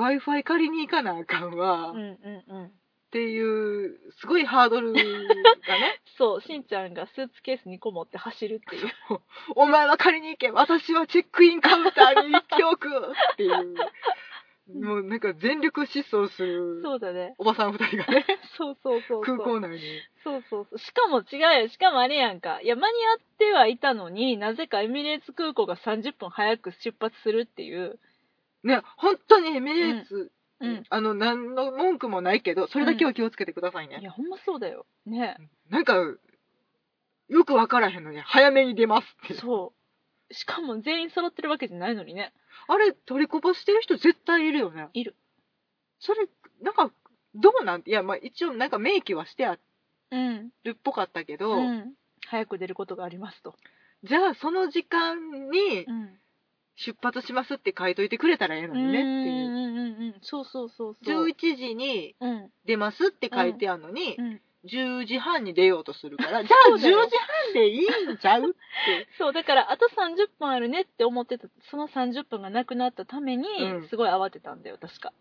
Wi-Fi 借りに行かなあかんわ、
うんう
っ
んうんうん。
ていう、すごいハードルがね、
そう、しんちゃんがスーツケース2個持って走る っていう。
お前は借りに行け、私はチェックインカウンターに行っておくっていう、もうなんか全力疾走する
そうだね。
おばさん2人がね、
そうそうそうそう。
空港内に。
そうそうそう。しかも違うよ。しかもあれやんか。いや、間に合ってはいたのに、なぜかエミレーツ空港が30分早く出発するっていう。
ね、本当にエミレーツ、
うん。
あの、何の文句もないけど、それだけは気をつけてください
い
ね。
や、ほんまそうだよ。ね。
なんか、よくわからへんのに、早めに出ますって。
そう。しかも全員揃ってるわけじゃないのにね。
あれ、取りこぼしてる人絶対いるよね。
いる。
それ、なんか、どうなんいや、まあ一応なんか明記はしてあ
うん。
るっぽかったけど、
うん。早く出ることがありますと。
じゃあその時間に
うん。
出発しますって書いといてくれたらええの
う
に
ん
ね
う
っていうん
うんうん。そうそうそうそう。
11時に
うん。
出ますって書いてあるのに
う、ん。
10時半に出ようとす るから、じゃ
そ
あ10
う
時
だよ
半でいいんちゃ う
そう、だから、あと30分あるねって思ってた、その30分がなくなったために
うん、
すごい慌てたんだよ、確か。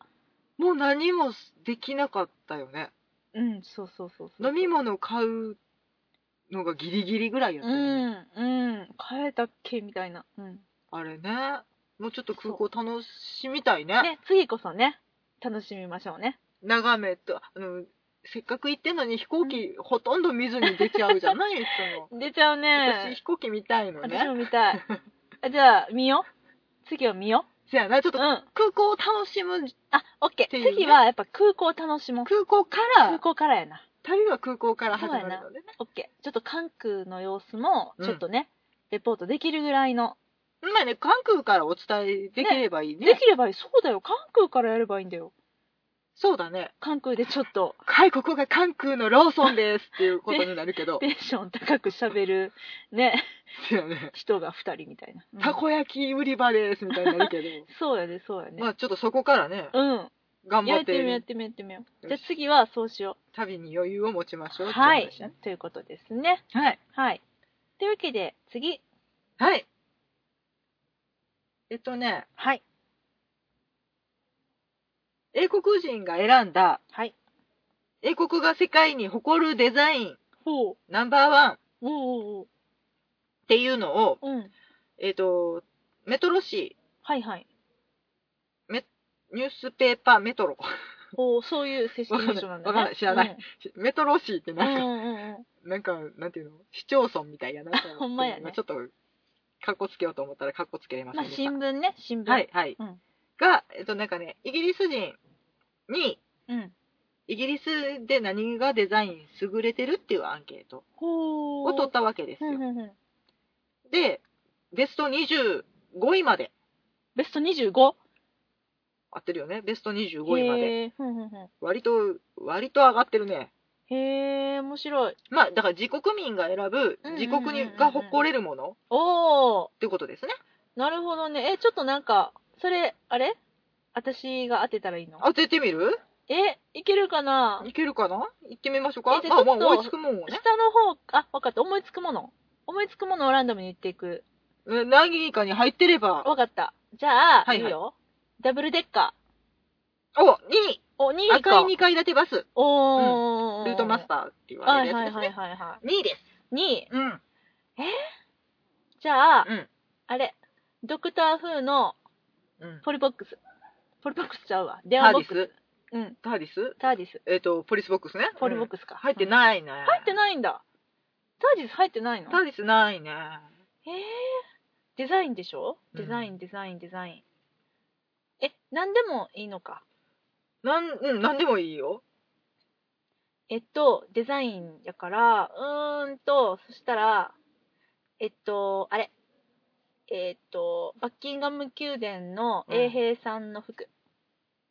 もう何もできなかったよね。
うん、そうそうそうそう。
飲み物買うのがギリギリぐらいやった
う
よね。
ん、うん。変えたっけみたいな。うん。
あれね。もうちょっと空港楽しみたいね。
ね、次こそね、楽しみましょうね。
眺めと、あの、せっかく行ってんのに飛行機ほとんど見ずに出ちゃうじ ゃないいつも。
出ちゃう
私
ね。
飛行機見たいの
私
ね。
も見たい。あじゃあ、見よう。次は見よ
じゃあな、ち
う。
ょっ
う
と
ん。あ、
空港を楽しむ。
オッケ
ていうね
ー。次はやっぱ空港楽しもう。
空港か
空
ら、
港からやな。
旅は空港から始まるのね。
オッケー。ちょっと関空の様子も、ちょっとね、レポートできるぐらいの。
まあね、関空からお伝えできればいいね。
できればいい。そうだよ。関空からやればいいんだよ。
そうだね。
関空でちょっと
はい、ここが関空のローソンですっていうことになるけど。
テンション高く喋る、ね、
そうよね。
人が2人みたいな。うん
たこ焼き売り場ですみたいになるけど。
そう やね、そうやね。
まあちょっとそこからね、
うん。
頑
や
張っ
ってみよう、やっててみよう、やってみよう。
よ
じゃ
し
あ次はそうしよ
旅に余裕を持ちまし
う。
ょうって
は
話
い
ね。。
ということですね。
はい。
はい。というわけで、次。
はい。えっとね、
はい。
英国人が選んだ、
はい。
英国が世界に誇るデザイン
ほう。
ナンバーワンっ
おうおう
ていうのを、
おう。うん。
えっと、メトロ市、
はいはい。
ニュースペーパーメトロ。
おうそういう正式名称なんだ、ね。
わかんない知らない。メトロ市って
うん、う
なんか、
ん、うんうん
なんか、なんていうの市町村みたいやなと思って。
ほんまやね
あちょっと、かっこつけようと思ったらかっこつけれ
う
ま
ん。
せ
ま
ん
あ、
でした。
新聞ね、新聞。
はい、。はい。
うん
が、えっと、なんかね、イギリス人に、
うん。
イギリスで何がデザイン優れてるっていうアンケート
ほう。
を取ったわけです
う
よ。
んうんうん。
で、ベスト25位まで、
ベスト 25?
合ってるよね、ベスト25位まで。
へーふんふんふん
割と、割と上がってるね。
へえ、面白い。
まあ、だから自国民が
う
選ぶ
んうんうんうん、
自国にが誇れるものっ
おお、
てことですね。
なるほどね。え、ちょっとなんか、それ、あれ私が当てたらいいの
当ててみる
え、いけるかない
けるかな行ってみましょうか。
えじゃ
ま
あ
あまあ、
ちょっと
追いつくもんをね。
下の方、あ、わかった。思いつくもの。思いつくものをランダムに言っていく。
うん何かに入ってれば。
わかった。じゃあ、
はいはい
言うよ。ダブルデッカ
お、2
ー。お、2
位
位
赤
か。
い2階建てバス。
おー、
ルートマスターって言わ
は
れ
い
るや
は
つ
い
です
はい
ね。
はいは
2位です。
い。2位。
うん。
じゃあ、
うん
あれ、ドクター風の
うん。
ポリボックス。ポリボックスちゃうわ。
タ
電話
ー
ボ
デ
ッ
ィ
クス。
ス
うん。
ターディス
ターディス。
えっ、と、ポリスボックスね。
ポリボッ
ス。
クスか。
入って
い。
ないね。入
入ってないんだ。タージス入ってないの
ターディスないね。
えー、デザインでしょ
うん
デザイン、デザイン、デザイン。え、なんでもいいのか。
なん、うん、なんでもいいよ。
えっと、デザインやから、うーんと、そしたら、えっと、あれ。えっと、バッキンガム宮殿の
うん
衛兵さんの服。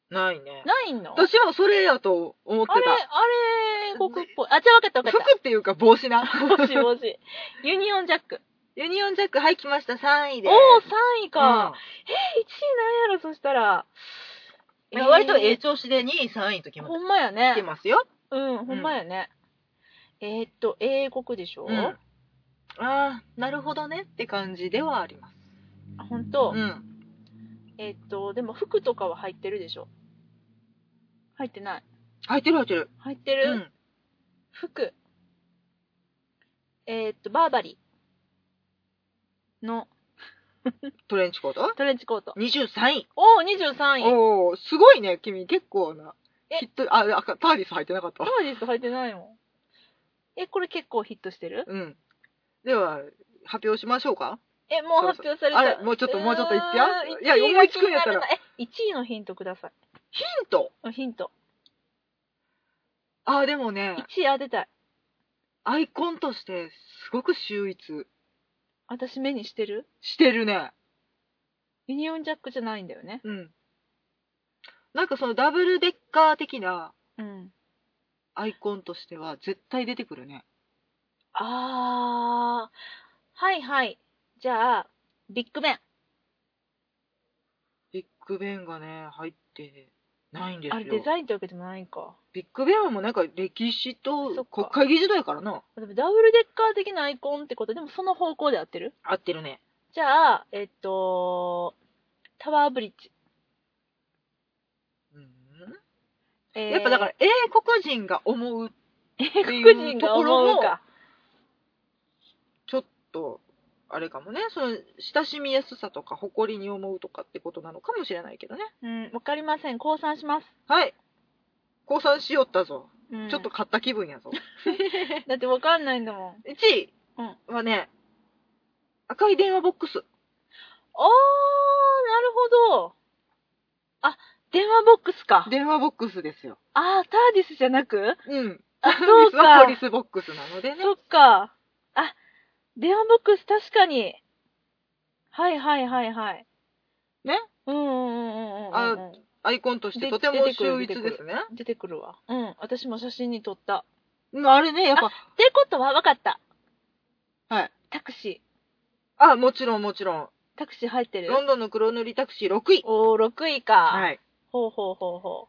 ないね。
ないのあれ、
私もそれやと思って
あ
た。
れ、国っぽい。あ、じゃあ分かった分かっ
服っていうか帽子な。
た。帽子、帽子。ユニオンジャック。
ユニオンジャック、はい、来ました。3位
お
で
ー
す。、
3位か。1位なんやろ、そしたら。
うんなんか割とえ
え
え調子で2位、3位ときま
ほんまやね
来て。ますよ。
うん、ほんまやね。えーっと、英国でしょ、
うん。ああ、なるほどねって感じではあります。
あほんと、
うん。
えーっと、でも服とかは入ってるでしょ入ってない。
入ってる入ってる。
入って
う
る、
ん。
服。えーっと、バーバリーの
トレンチコート
トレンチコート。
23位。
おー、23位。
おおすごいね、君。結構な。
え
ヒット、あ、あターリス入ってなかった
タ
わ。
ージス入ってないもん。え、これ結構ヒットしてる
うん。では、発表しましょうか
え、もう発表された。
あれもうちょっともうちょっと言ってや
ーん
いや
一位が
思いつくんやった
気になる
ら
なえ、1位のヒントください
ヒント。
うんヒント。
あ、でもね
1、位当てたい。
アイコンとしてすごく秀逸。
当私目にしてる
してるね。
ユニオンジャックじゃないんだよね。
うん。なんかそのダブルデッカー的な
うん。
アイコンとしては絶対出てくるね。
あー。はいはい。じゃあ、ビッグベン。
ビッグベンがね、入ってないんですよ。
あれデザインってわけでもないか。
ビッグベンはもうなんか歴史
そっ
と
か
国会議事堂やからな。
でもダブルデッカー的なアイコンってことでもその方向で合ってる
合ってるね。
じゃあ、えっと、タワーブリッジ。
うん
えー
やっぱだから英国人が思う
英国人が思うか。
ちょっとあれかもねその親しみやすさとか誇りに思うとかってことなのかもしれないけどね
うん、わかりません。降参します。
はい降参しよったぞ、
うん
ちょっと買った気分 やぞ
だってわかんないんだもん。
1位はね、赤い電話ボックス
あー、なるほど。あ、電話ボックスか。
電話ボックスですよ
あー、ターディスじゃなく
うん
あ、そう
実は
か
ポ。リスボックスなのでね
そっか。あ、電話ボックス確かに。はいはいはいはい。
ね
うんうんうんうんうんうん。
あアイコンとして
で
とても秀
出て
逸
くる
ですね
出てくるわ。うん、私も写真に撮った。
うんあれねやっぱ
ってことは分かった。
はい
タクシ
あもちろんもちろん
ー。タクシー入ってる
ロ。ンドンの黒塗りタクシー6位
おー、6位か。
はい
ほうほうほうほ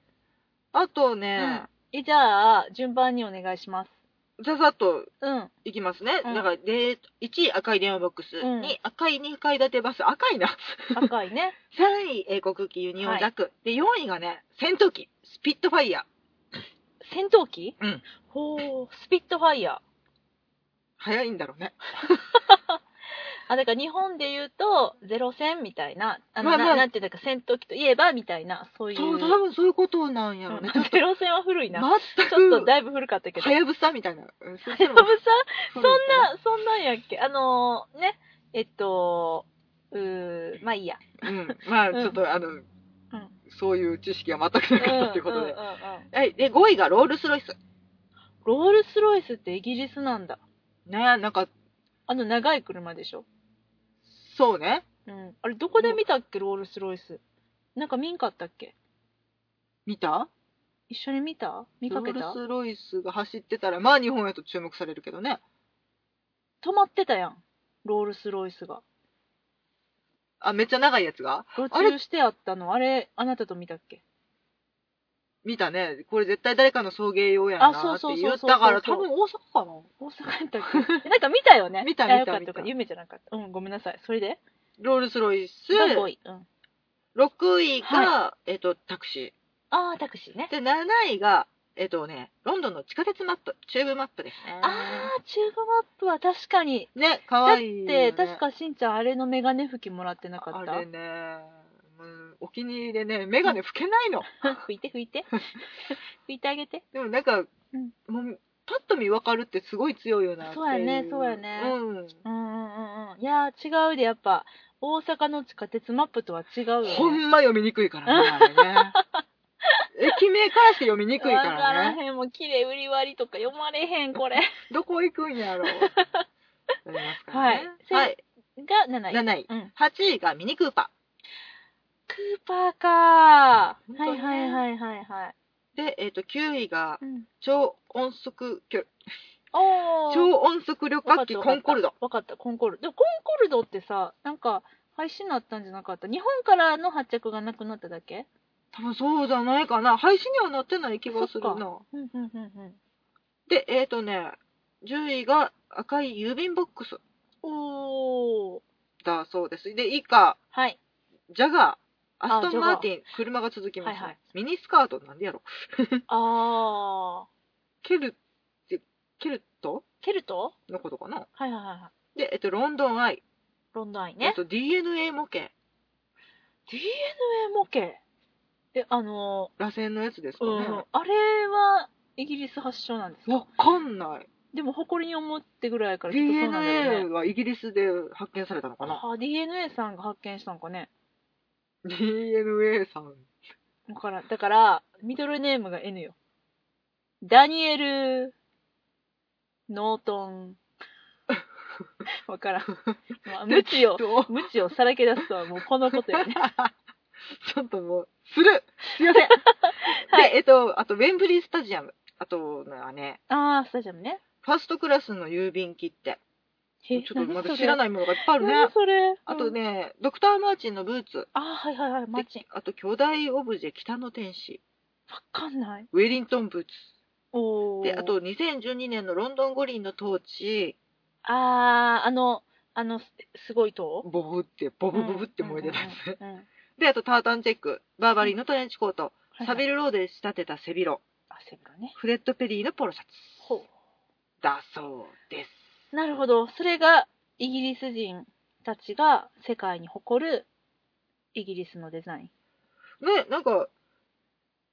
あと
う。
ね、
え、じゃあ、順番にお願いします。
ざざっと
うん。
いきますね。
うん
だから、で、1位赤い電話ボックス、
うん
2位赤い2階建てバス、赤いな。
赤い ね。
3位英国機ユニオンジャック、で、4位がね、戦闘機、スピットファイヤ
戦闘機
ー。うん。
ほう、スピットファイヤー。
早いんだろうね。
あ、だから日本で言うと、ゼロ戦みたいな、あの、
まあまあ
ななんていうんだか、戦闘機といえばみたいな、そういう。
そう、多分そういうことなんやろうね。
うんゼロ戦は古いな。
全
ちょっと
く、
だいぶ古かったけど。
はやぶさみたいな。うんそう
はやぶさ
そ
そ
ん
んな、そんなんやっけあのー、ね、えっと、うー、まあいいや。
うん。まあ、
うん
ちょっと、あの、そういう知識は全くなかったということ
うんうん
で。
うんうん
はい。で、5位がロールスロイス。
ロールスロイスってイギリスなんだ。
ねなんか、
あの長い車でしょ。
そうね。
うん。あれ、どこで見たっけ、ロールスロイス。なんか見んかったっけ
見た
一緒に見た見かけ
ロ
た
ールスロイスが走ってたら、まあ日本やと注目されるけどね。
止まってたやん。ロールスロイスが。
あ、めっちゃ長いやつが
路
あれ
中してあったの、あれ、あなたと見たっけ
見たね。これ絶対誰かの送迎用やんな
あそう
って
そう
言
そう
っ
そう
たから、
そ
多
うそう
分大阪かな。
大阪やったっ けなんか見たよね。
見た
あ
見た
よかったよかった
見た
夢じゃなかった。うん、ごめんなさい。それで
ロールスロイス、
が5位。うん。
6位が、
は
えっと、タクシ
あー、タクシーね
ー。。で、7位が、えっとね、ロンドンの地下鉄マップ、チューブマップですね。
あー、チューブマップは確かに。
ね、か
だっ
わいい、
て、
ね。
確かしんちゃんあれのメガネ拭きもらってなかった
あれね、うんお気に入りでね、メガネ拭けないの。
拭いて拭い て。拭いてあげて。
でもなんか、
うん
もう、パッと見わかるってすごい強いよなってい
そうやねそうやね
うん。
うんうんうんうん。いやー、違うで、やっぱ、大阪の地下鉄マップとは違うよ、ね。
ほんま読みにくいからね、あれ ね。駅名からして読みにくいか
わから
らね。
へん、もう綺麗売り割りとか読まれへん、こ れ。
どこ行くんやろ う。なりますからね
は
はいい。
が7位。
7位。
うん。
8位がミニクーパ
クーパーかー。は
本当
い
にね
はいはいはいはい。
ー。で、えっ、と、9位が
うん、
超音速きょ、
おー。
超音速旅
わかっ
客
た
機コンコルド。。
わかった、コンコルド。でも、コンコルドってさ、なんか、廃止になったんじゃなかった日本からの発着がなくなっただけ
多分そうじゃないかな。配信にはなってない気がする
そ
な。
うんうんうんうん。
で、えっ、とね、10位が赤い郵便ボックス
おー。
だそうです。で、以下、
はい。
ジャガー。
あ
アストン・マーティン、車が続きますね、
はいはい
ミニスカートなんでやろ
あ
ケルって、ケルト
ー。ケルト
のことかな
はいはいはいはい。
で、えっと、ロンドンアイ。
ロンドンアイ
えっ
ね。
と、DNA 模型。
DNA 模型。え、あの
螺旋のやつです
ー、
か
う
ね
ん。。あれは、イギリス発祥なんです
わ
か
かんない。
でも、誇りに思ってぐらいからきっとそうなんだよ
DNA
ね。
はイギリスで発見されたのかな
あ、DNA さんが発見したのかね。
?DNA さん。
わからん。だから、ミドルネームが N よ。ダニエル・ノートン・わからん。ま あ、無知を、
どう
無知をさらけ出すとはもうこのこと よね。
ちょっともう、するすいま せん
はい
で、えっと、あと、ウェンブリースタジアム。あとはね、
ああ、スタジアムね。
ファーストクラスの郵便切手。ち
へ
ょっとまだ知
何それ
らないものがいっぱいある
何
ね。
それ
あと。ね、ドクター・マーチンのブーツ。
うんああ、はいはいはい、マチン
で。あと、巨大オブジェ北の天使。
わかんない。
ウェリントンブーツ。
おお。
で、あと、2012年のロンドン五輪のトーチ。
ああ、あの、あの、すすごいと
ボブって、ボブボブって燃えてたやつ。
うんうんうんうん
で、あと、タータンチェック。バーバリーのトレンチコート。
はいはい
サビルローで仕立てた背広。
あ、セブロね。
フレッド・ペリーのポロシャツ。
ほ
だそうです。
う。なるほど。それが、イギリス人たちが世界に誇るイギリスのデザイン。
ね、なんか、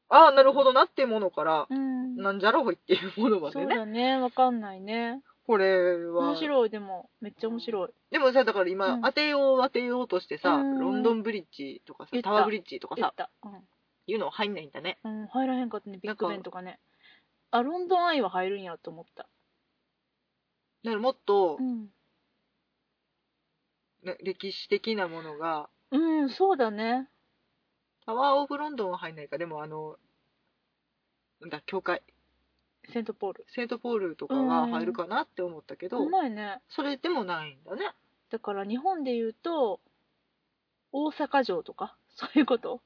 ああ、なるほどなってものから、
うん。
なんじゃろほいっていうものま
そ
で
う
ね。
だね。わかんないね。
これは。
面白い、でも。めっちゃ面白い。
でもさ、だから今、
うん
当てよう当てようとしてさ、
うん
ロンドンブリッジとかさ
言っ、た
タワーブリッジとか
言
さ
っ、た。うん。
いうの入んないんだね。
うん、入らへんかったね、ビ
な
ッ
んか
グベンとかね。あ、ロンドンアイは入るんやと思った。
だからもっと
う、ん。
ね歴史的なものが、
うん、そうだね。
タワーオブロンドンは入んないか、でもあの、なんだ、教会、
セントポール。
セントポールとかは入るかなって思ったけど、
うまいね。
それでもないんだね。
だから日本で言うと、大阪城とか、そういうこと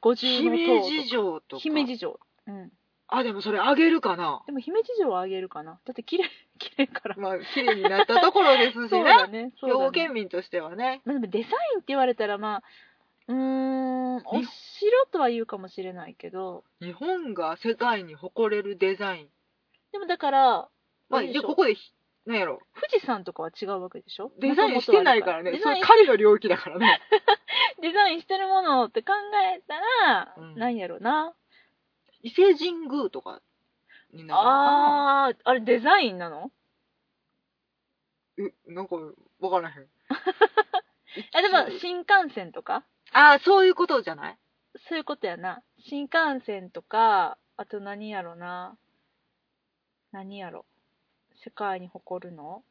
五重の
姫路
塔と
城
か。
とか。
姫路城。うん。
あ、でもそれあげるかな。
でも姫路城はあげるかな。だって綺 麗、綺麗から。
まあ、綺麗になったところ ですし
そう
ね。
だね。そう
兵
だね
庫県民としてはね。
まあでもデザインって言われたら、まあ、うーん、お城とは言うかもしれないけど、
日本が世界に誇れるデザイン。
でもだから、
ま
あ
あ、
れで
じ
しょ
ゃあここでひ、なんやろ。
富士山とかは違うわけでしょ
デザインしてないからね。
デ
そ
ザイ
れ
ン
彼の領域だからね。
デザインしてるものって考えたら、
うん
なんやろな。
伊勢神宮とかになるのかな
あー、あれデザインなの
え、なんか、わからへ ん。
あ、でも新幹線とか
ああ、そういうことじゃない
そういうことやな。新幹線とか、あと何やろな。何やろ。世界に誇るの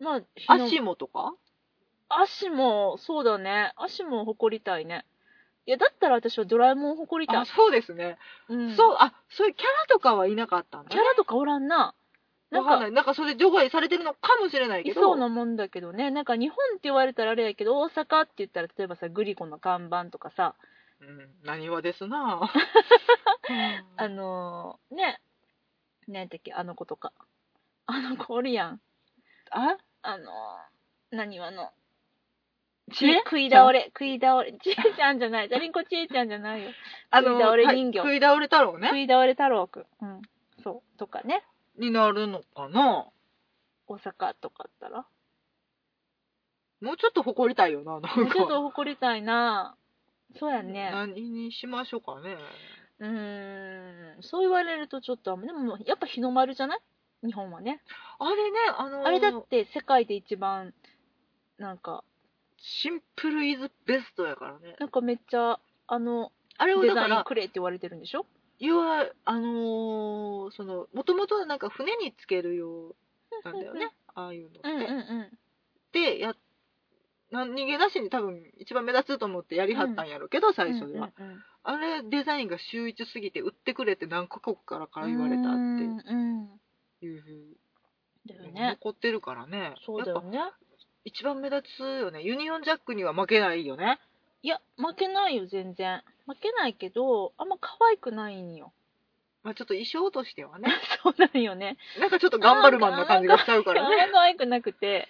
まあ、日の
足もとか
足も、そうだね。足も誇りたいね。いや、だったら私はドラえもんを誇りた
あ
い。
そうですね、
うん、
そう、あ、そういうキャラとかはいなかったんだ、ね。
キャラとかおらんな。なん
わかんな
か、
い。なんかそれ除外されてるのかもしれない
い
けど。
そうなもんだけどね。なんか日本って言われたらあれやけど、大阪って言ったら例えばさ、グリコの看板とかさ、
うん、何はですなぁ。
あのー、ね、ねてっけ、あの子とか。あの子おるやん。
あ
あのー、何はの。
知恵
食い倒れ、食い倒れ。ちえちゃんじゃない。じゃりんこちえちゃんじゃないよ。
あの、
食い倒れ人形
はい食い倒れ太郎
食
ね。
い倒れ太郎くん。うん。そう。とかね。
になるのかな
大阪とかあっ たら。
もうちょっと誇りたいよな、なんか。
もうちょっと誇りたいなそうやね。
何にしましょうかね。
うーん。そう言われるとちょっとあんま、でもやっぱ日の丸じゃない日本はね。
あれね、あのー
あれだって世界で一番、なんか、
シンプルイズベストやからね。
なんかめっちゃ、あの、
あれを
デ
だ
ザ
か
イン
ら、
くれって言われてるんでしょ
要は、あのーその、もともとなんか船につけるようなんだよね。ああいうのって。
うんうんうん。
で、や、な逃げなしに多分一番目立つと思ってやりはったんやろうけど、最初では。
うんうんうん
あれ、デザインが秀逸すぎて売ってくれって何カ国からから言われた
うん
っ
うん。
ていうふ
だ
う
よ
に
ね。
残ってるからね。
そうだ
や
よ
っぱ
ね。
一番目立つよね。ユニオンジャックには負けないよね。
いや、負けないよ、全然。負けないけど、あんま可愛くないん よ。
まあちょっと衣装として はね。
そうなんよね。
なんかちょっと頑張るマンな感じがしちゃう
あ
か
んま
らね。
可愛くなくて。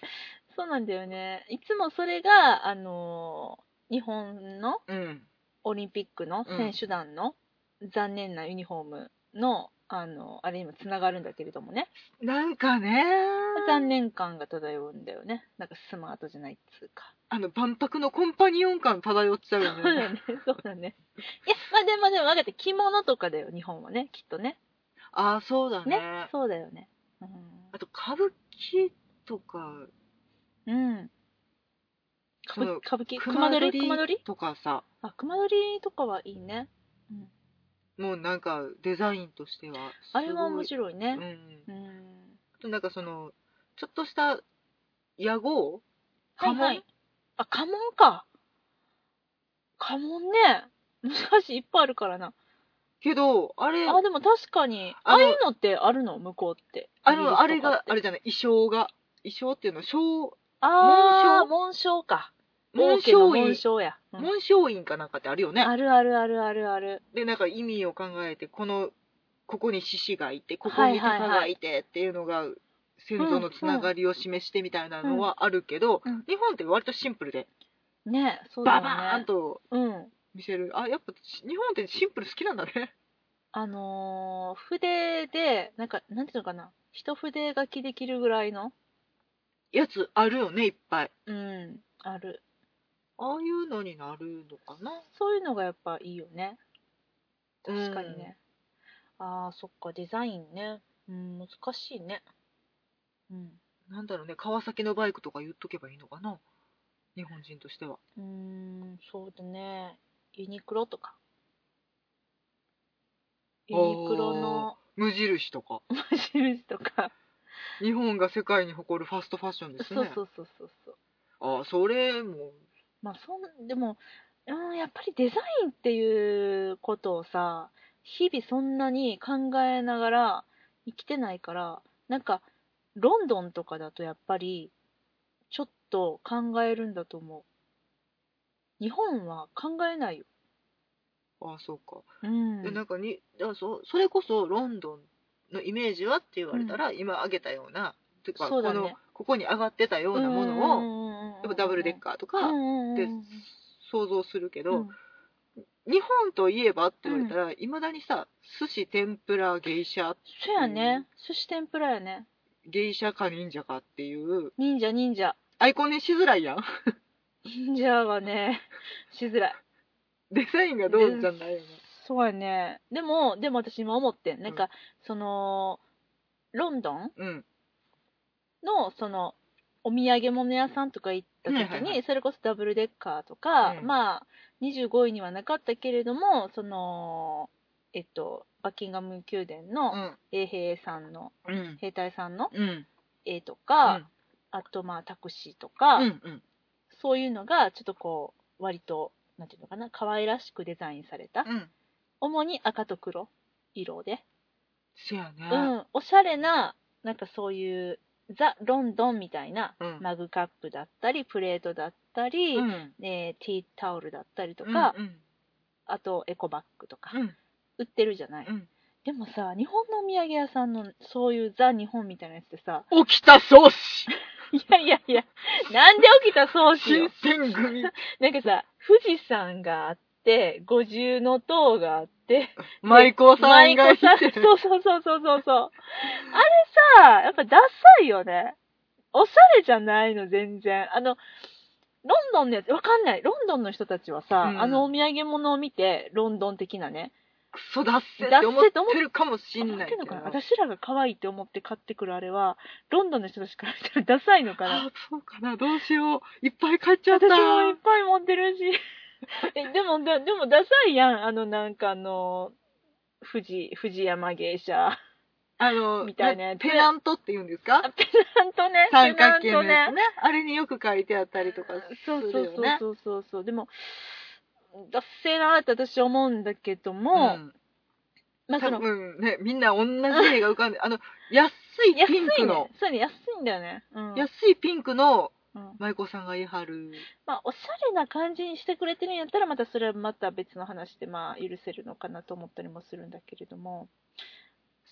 そうなんだよね。いつもそれが、あのー日本の
うん。
オリンピックの選手団の残念なユニフォームの、あの、あれにもつながるんだけれどもね。
なんかね。
残念感が漂うんだよね。なんかスマートじゃないっつうか。
あの、万博のコンパニオン感漂っちゃうよ
そうだ
ね。
ね、そうだね。いや、まあでも、でも分かって、着物とかだよ、日本はね、きっとね。
ああ、そうだね。
ね、そうだよね。
あと、歌舞伎とか、
うん。うん、歌
そ
舞
の
歌舞伎熊取り熊取り
とかさ、
あ、熊取りとかはいいね。
もうなんかデザインとしてはすごい。
あれは面白いね。
うん。
うん。
あとなんかその、ちょっとした屋号
家紋、あ、家紋か。家紋ね。難しい、いっぱいあるからな。
けど、あれ、
あ、でも確かに、あ
あの
あいうのってあるの向こうって。
あ
イギリスと
の、
か
あれが
っ、て
あれじゃない、衣装が。衣装っていうの、章、
あー、紋章か。王
紋
家の
章
紋
院、
章や。うん
紋章院かなんかってあるよね。
あるあるあるあるある。
で、なんか意味を考えて、この、ここに獅子がいて、ここに
はいはいはい
鷹がいてっていうのが、先祖のつながりを示してみたいなのはあるけど、
うんうん
日本って割とシンプルで、
ね、そうだ
バ
よね。
バーンと
うん。
見せる。あ、やっぱし日本ってシンプル好きなんだね。
あのー、筆で、なんか、なんていうのかな。一筆書きできるぐらいの。
やつあるよね、いっぱい。
うん、ある。
ああいうのになるのかな。
そういうのがやっぱいいよね。確かに
うん。
ね。ああ、そっか、デザインね。うん、難しいね。うん。
なんだろうね、川崎のバイクとか言っとけばいいのかな。日本人としては。
うーん、そうだね。ユニクロとか。ユニクロの
無印とか。
無印とか。
日本が世界に誇るファストファッションですね。
そうそうそうそうそう。
ああ、それも、
まあ、そん、でも、うん、やっぱりデザインっていうことをさ、日々そんなに考えながら生きてないから、なんか、ロンドンとかだとやっぱり、ちょっと考えるんだと思う。日本は考えないよ。
ああ、そうか。
うん。
でなんかにだそそれこそロンドンのイメージはって言われたら、今挙げたようなていうか
そうだね
このここに上がってたようなものを
の
やっぱダブルデッカーとかで想像するけど、
うん
日本といえばって言われたらいま、未だにさ寿司天ぷら芸者
そうや
う
ね。寿司天ぷらやね。
芸者か忍者かっていう
忍者忍者。
アイコンにしづらいやん
忍者はね、しづらい。
デザインがどうじゃないよね
そうやね。でも、でも私今思ってん。なんか、その、ロンドン
うん
の、その、お土産物屋さんとか行った時に、
はいはいはい
それこそダブルデッカーとか、
うん
まあ、25位にはなかったけれども、その、えっと、バッキンガム宮殿
う
の
ん
衛兵さんの、
うん
兵隊さんの
うん
絵と
う
か、
ん
あとまあタクシーとか、
うんうん
そういうのがちょっとこう割となんていうのかな可愛らしくデザインされた、
うん
主に赤と黒色で、
せやね
うん、おしゃれななんかそういうザ・ロンドンみたいな
うん
マグカップだったりプレートだったり、
うん
えーティータオルだったりとか、
うん
あとエコバッグとか
うんうん
売ってるじゃない、
うん
でもさ日本のお土産屋さんのそういうザ・日本みたいなやつって さ
起きた宗師
いやいやいやなんで起きたそうしよ
新選 組
なんかさ、富士山があって、五重の塔があって、
舞妓さん
舞
がい
妓
て
さん、そうそうそうそうそうそう。あれさ、やっぱダサいよね。おしゃれじゃないの、全然。あの、ロンドンのやつ、わかんない。ロンドンの人たちはさ、
うん
あのお土産物を見て、ロンドン的なね。
クソだっせって思ってるかもしん
な
なんい
てい
け
う
ど
のかな私らが可愛いって思って買ってくるあれは、ロンドンの人たちからしたらダサいのかな。
あそうかなどうしよういっぱい買っちゃった
私もいっぱい持ってるし。 え、でも、だでも、ダサいやん。あの、なんかあの、富士、富山芸 者。
あの
みたいなやつ
ペナントって言うんですか
あペナントね。
三角形
ペナ
の
ント
やつ
ね。
ねあれによく書いてあったりとかす
そう
る
そう
よね
そうそうそう。でも、ダッセーなーって私思うんだけど
う
も、
ん
まあそ
多
の、
分ねみんな同じ絵が浮かんであの安い
安い
ピンクの
ね。そうね、安いんだよね。うん。
安いピンクの
うん
舞妓さんが言いはる
まあ、おしゃれな感じにしてくれてるんやったら、またそれはまた別の話で、まあ、許せるのかなと思ったりもするんだけれども。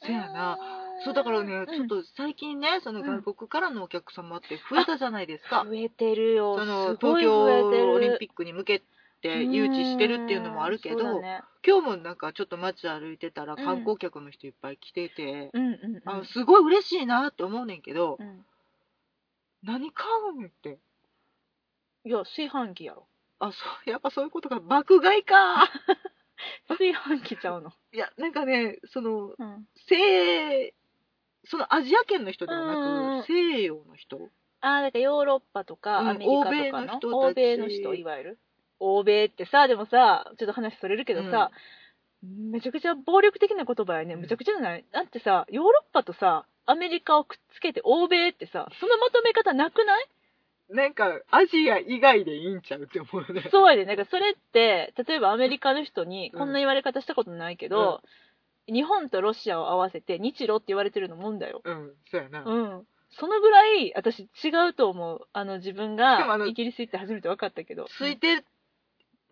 せやな
ーん
そうだからね、ちょっ
うん
と最近ね、その外国からのお客様って増えたじゃないですか。
増えてるよ。
その
すご
東
い増えてる
京オリンピックに向けて誘致してるっていうのもあるけ
うんそ
ど、
うだね
今日もなんかちょっと街歩いてたら
うん
観光客の人いっぱい来てて、
うんうんうん
あのすごい嬉しいなって思うねんけど、
うん
何買うんって。
いや、炊飯器やろ。
あ、そう、やっぱそういうことか。爆買 いか。
炊飯器ちゃうの。
いや、なんかね、その、
うん、
西、そのアジア圏の人では
うんうん
なく、西洋の人。
ああ、だからヨーロッパとか
うん
アメリカとかの、欧米
欧米
の
の人たち
人、いわゆる。欧米ってさ、でもさ、ちょっと話それるけどさ、めちゃくちゃ暴力的な言葉やね。
うん
めちゃくちゃじゃない、だってさ、ヨーロッパとさ、アメリカをくっつけて欧米ってさ、そのまとめ方なく ない
なんか、アジア以外でいいんちゃうって思うね。
そうやで、なんかそれって、例えばアメリカの人に、こんな言われ方したことないけど、日本とロシアを合わせて日露って言われてるのもんだよ。
うん、そうやな。
うん。そのぐらい、私違うと思う。あの、自分
しかもあ
が
の
イギリス行って初めて分かったけど。
ついて、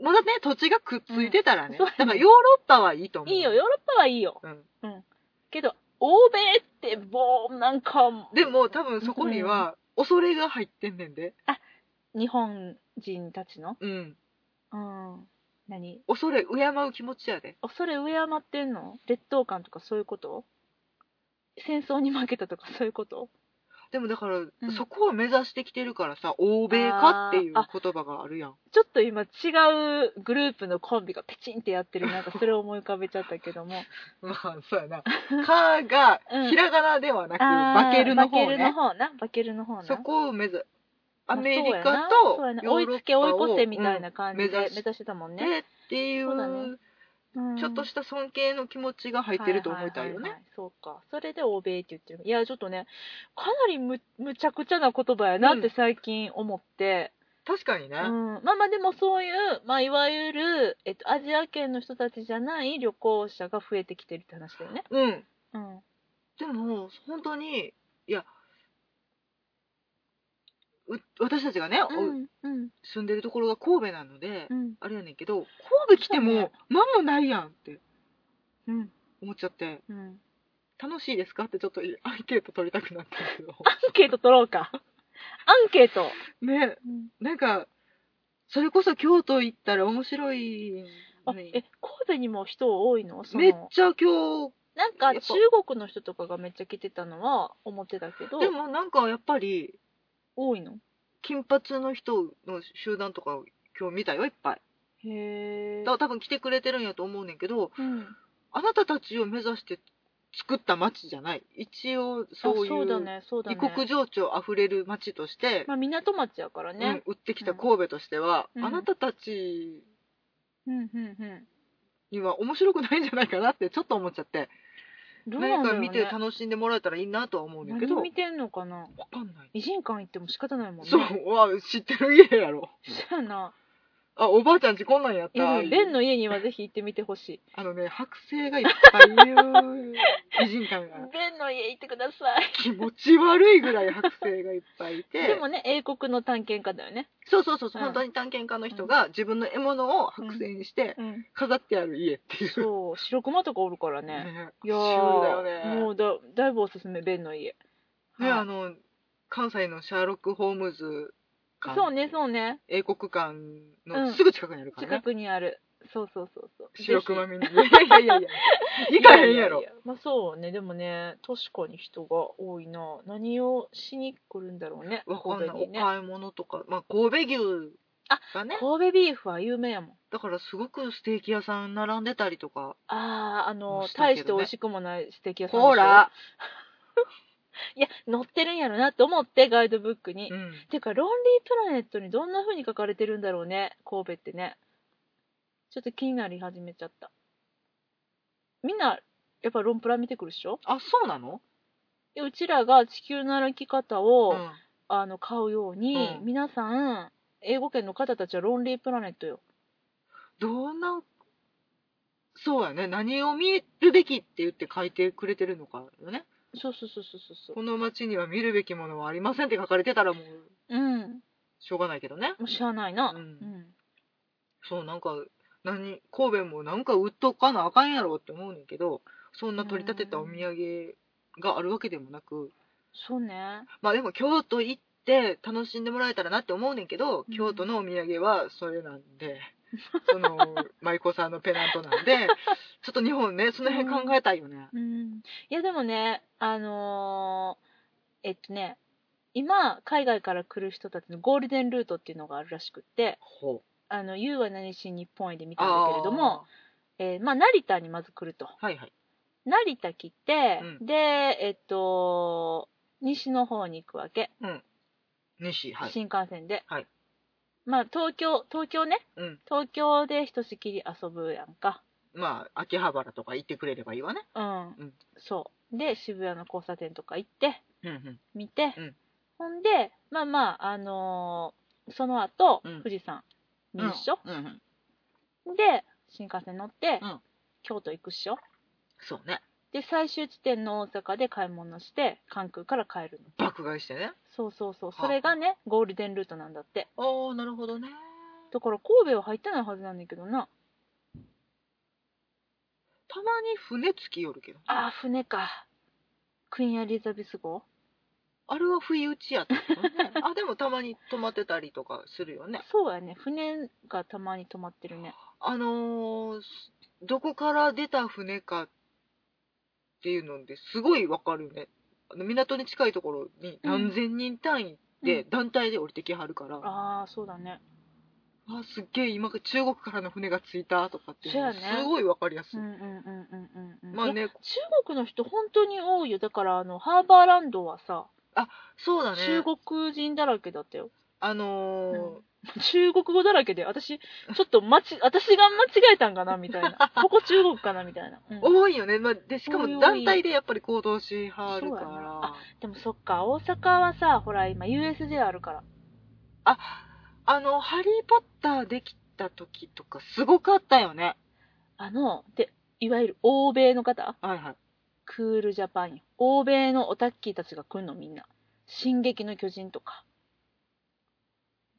もうだってね、土地がくっついてたらね。
うんそう
だからヨーロッパはいいと
うん
思う。
いいよ、ヨーロッパはいいよ。
うん。
うん。けど、欧米って、もう、なんか、
でも多分そこには、恐れが入ってんねんで。
日本人たちの、
うん。
うん。何
恐れ、敬う気持ちやで。
恐れ敬ってんの劣等感とかそういうこと戦争に負けたとかそういうこと
でもだから、
ん
そこを目指してきてるからさ、欧米化っていう言葉があるやん。
ちょっと今違うグループのコンビがペチンってやってるなんかそれを思い浮かべちゃったけど も
まあ、そうや な。かが、
うん
ひらがなではなく、
あー
バケルの
バ
方
ケルの
ね。
方なバケルの方な
そこを目指、ア
まあ
メリ
そうや
カ
な
と
そうやな
ヨー
追
ロ
い
ッ
つけ
パを
追い越せみたいな感じで
うん
目
目
指
指し
してたもん
で
ね、
ってい
そうだね
う、
うん
ちょっとした尊敬の気持ちが入ってると思いたいよ
ははは
ね。
はそうかそれで欧米って言ってるいやちょっとねかなりむむちゃくちゃな言葉やなって最近思って、
確かにね。
うん、まあまあでもそういう、まあ、いわゆる、えっと、アジア圏の人たちじゃない旅行者が増えてきてるって話だよね。
うん。
うん。
でも、本当に、いや、う私たちがね、お
うん。うん。
住んでるところが神戸なので、
うん。
あれやねんけど、神戸来て
そう
も
ね、
何もないやんって
うん。
思っちゃって、
うん。
楽しいですかってちょっとアンケート取りたくなったんですけ
ア
ど。
ンケート取ろう か。アンケート。
ね、なんか、それこそ京都行ったら面白い
あ
のに
え、神戸にも人多いのその
めっちゃ今日、
なん
や
か
っぱ
中国の人とかがめっちゃ来てたのは思ってたけど、
でもなんかやっぱり、
多いの
金髪の人の集団とかを今日見たよ、いっぱい。
へえ
だか。ら多分来てくれてるんやと思うねんけど、
うん。
あなたたちを目指して作った街じゃない。一応
あ
そうい
そうだ
う
ね、そうだ
異
ね。
国情緒あふれる街として、
まあ港町やからね。
うん、売ってきた神戸としては、
うん
あなたたち
うん、うん、うん。
には面白くないんじゃないかなってちょっと思っちゃって、
どうなんだ
何か
ろう、ね、
見て楽しんでもらえたらいいなとは思うねんだけ
何
ど、わ
見てんのかな
かんない。
異人館行っても仕方ないもんね。
そう、うわ、知ってる家やろ。
そうやな。
あ、おばあちゃんちこんなんやっ
いや、
た。
でもレンの家にはぜひ行ってみてほしい。
あのね、剥製がいっぱいいる美人感が。
レンの家行ってください。
気持ち悪いぐらい剥製がいっぱいいて。
でもね、英国の探検家だよね。
そうそうそうそう、
うん
本当に探検家の人が自分の獲物を剥製にして
うん。
飾ってある家っていう。
そう、白熊とかおるからね。
ね
いや
シュールだ
ー、も
よね。
うだだいぶおすすめ、レンの家。
ね、
はい
あの、関西のシャーロック・ホームズ館、
そうね、そうね。
英国館
う
の
ん
すぐ近くにあるから
近
ね。
くにある。そうそうそうそう。
白熊
ぜ
見に。いやいやいやいや。
ひ
行かへんやろ
いい。いまあそうね、でもね、確かに人が多いな。何をしに来るんだろうね。
わかんな
神
い。
戸
お
にね
買い物とか。まあ、神戸牛がね。
神戸ビーフは有名やもん。
だからすごくステーキ屋さん並んでたりとか。
ああ、あの、
もしたけどね
大して美味しくもないステーキ屋さんでしょ
ほら、
いや、載ってるんやろなと思って、ガイドブックに。
うん、
てか、ロンリープラネットにどんな風に書かれてるんだろうね、神戸ってね。ちょっと気になり始めちゃった。みんな、やっぱロンプラ見てくるっしょ
あ、そうなの
でうちらが地球の歩き方を、
うん
あの買うように、
うん
皆さん、英語圏の方たちはロンリープラネットよ。
どんな、そうやね。何を見るべきって言って書いてくれてるのかよね。
そうそうそうそうそうそ
この街には見るべきものはありませんって書かれてたらもう、
う。うん。
しょうがないけどね。
もう知らないな。
うん
うん
そう、なんか、何、神戸もなんか売っとかなあかんやろって思うねんけど、そんな取り立てたお土産があるわけでもなく、
そうね。
まあでも京都行って楽しんでもらえたらなって思うねんけど、
うん
京都のお土産はそれなん で、その、舞妓さんのペナントなんで、ちょっと日本ね、その辺考えたいよね。
うんいやでもね、あのーえっとね、今、海外から来る人たちのゴールデンルートっていうのがあるらしくって、
ほう。
あの、You は何しに日本へで見たんだけれども、えーまあ、成田にまず来ると。
あー、はいはい。
成田来て、
うん
で、えっと、西の方に行くわけ。
西、はい。
新幹線で。
はい
まあ、東京、東京ね。
うん
東京でひとしきり遊ぶやんか。
まあ、秋葉原とか行ってくれればいいわね。
うん、
うん
そうで渋谷の交差点とか行って
うんうん。
見て、
うん
ほんでまあまああのーその後、
うん
富士山見るっしょ、
うんうん。
で新幹線乗って、
うん
京都行くっしょ
そうね。
で最終地点の大阪で買い物して関空から帰るの
爆買いしてね。
そうそうそう
はあ
それがねゴールデンルートなんだって
ああ、なるほどね。
だから神戸は入ってないはずなんだけどな
たまに船付き寄るけど。
ああ船かクイーンエリザベス号
あれは不意打ちやったけ どね。あ、でもたまに泊まってたりとかするよね。
そうやね船がたまに止まってるね
あのー、すどこから出た船かっていうのですごいわかるよね。あの港に近いところに何千人単位で団体で降りてきはるから、あ
ああそうだね
すっげえ今中国からの船が着いたとかっていうの
そうやね
すごいわかりやす
う
い。
んうんうんうんうんうん
まあね、
中国の人本当に多いよだからあのハーバーランドはさ、
そうだね。
中国人だらけだったよ
あのー
うん中国語だらけで私ち ょっと間違私が間違えたんかなみたい なここ中国かなみたいな、うん
多いよね、まあ、でしか
多い多
も
い
団体でやっぱり行動しはるか
そうやな
ら
でもそっか大阪はさほら今 USJ あるから
あの「ハリー・ポッター」できた時とかすごかったよね
あのでいわゆる欧米の方
はいはい
クールジャパンよ欧米のオタッキーたちが来んのみんな「進撃の巨人」とか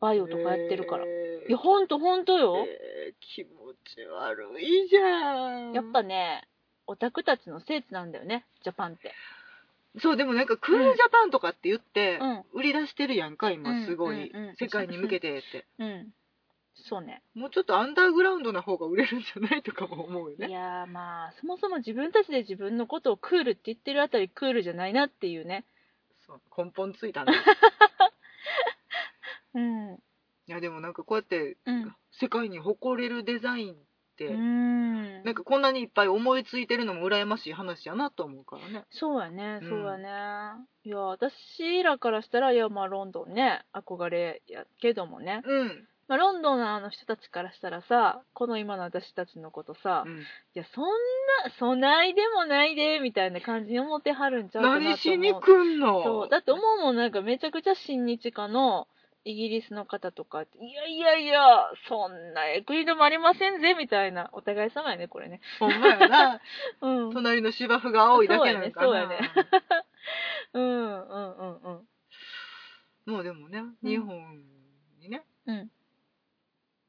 バイオとかやってるから、
えー
いやほんとほんとよ、
えー気持ち悪いじゃん
やっぱねオタクたちの聖地なんだよねジャパンって
そうでもなんかクールジャパンとかって言って
うん
売り出してるやんか今すごい
うんうんうん
世界に向けてって
うんそうね
もうちょっとアンダーグラウンドな方が売れるんじゃないとかも思うよ
い
ね
やーまあそもそも自分たちで自分のことをクールって言ってるあたりクールじゃないなっていうね
そう根本 ついたね
うんう
いやでもなんかこうやって
ん
世界に誇れるデザインって、
うん
なんかこんなにいっぱい思いついてるのも羨ましい話やなと思うからね。
そうやね
う、ん
そうやね。いや、私らからしたら、いや、まあ、ロンドンね、憧れやけどもね。
うん。
まあ、ロンドンのあの人たちからしたらさ、この今の私たちのことさ、いや、そんな、そないでもないで、みたいな感じに思ってはるんちゃうかなと思う。
何しに来んの
そう。だって思うもん、なんかめちゃくちゃ親日家の、イギリスの方とかって、いやいやいや、そんなええ国でもありませんぜ、みたいな。お互い様やね、これね。
ほんまやな。
うん。うん、
隣の芝生が青いだけなんかな。
そうやねうん、うん、うん。
もうでもね、
うん
日本にね、
うん。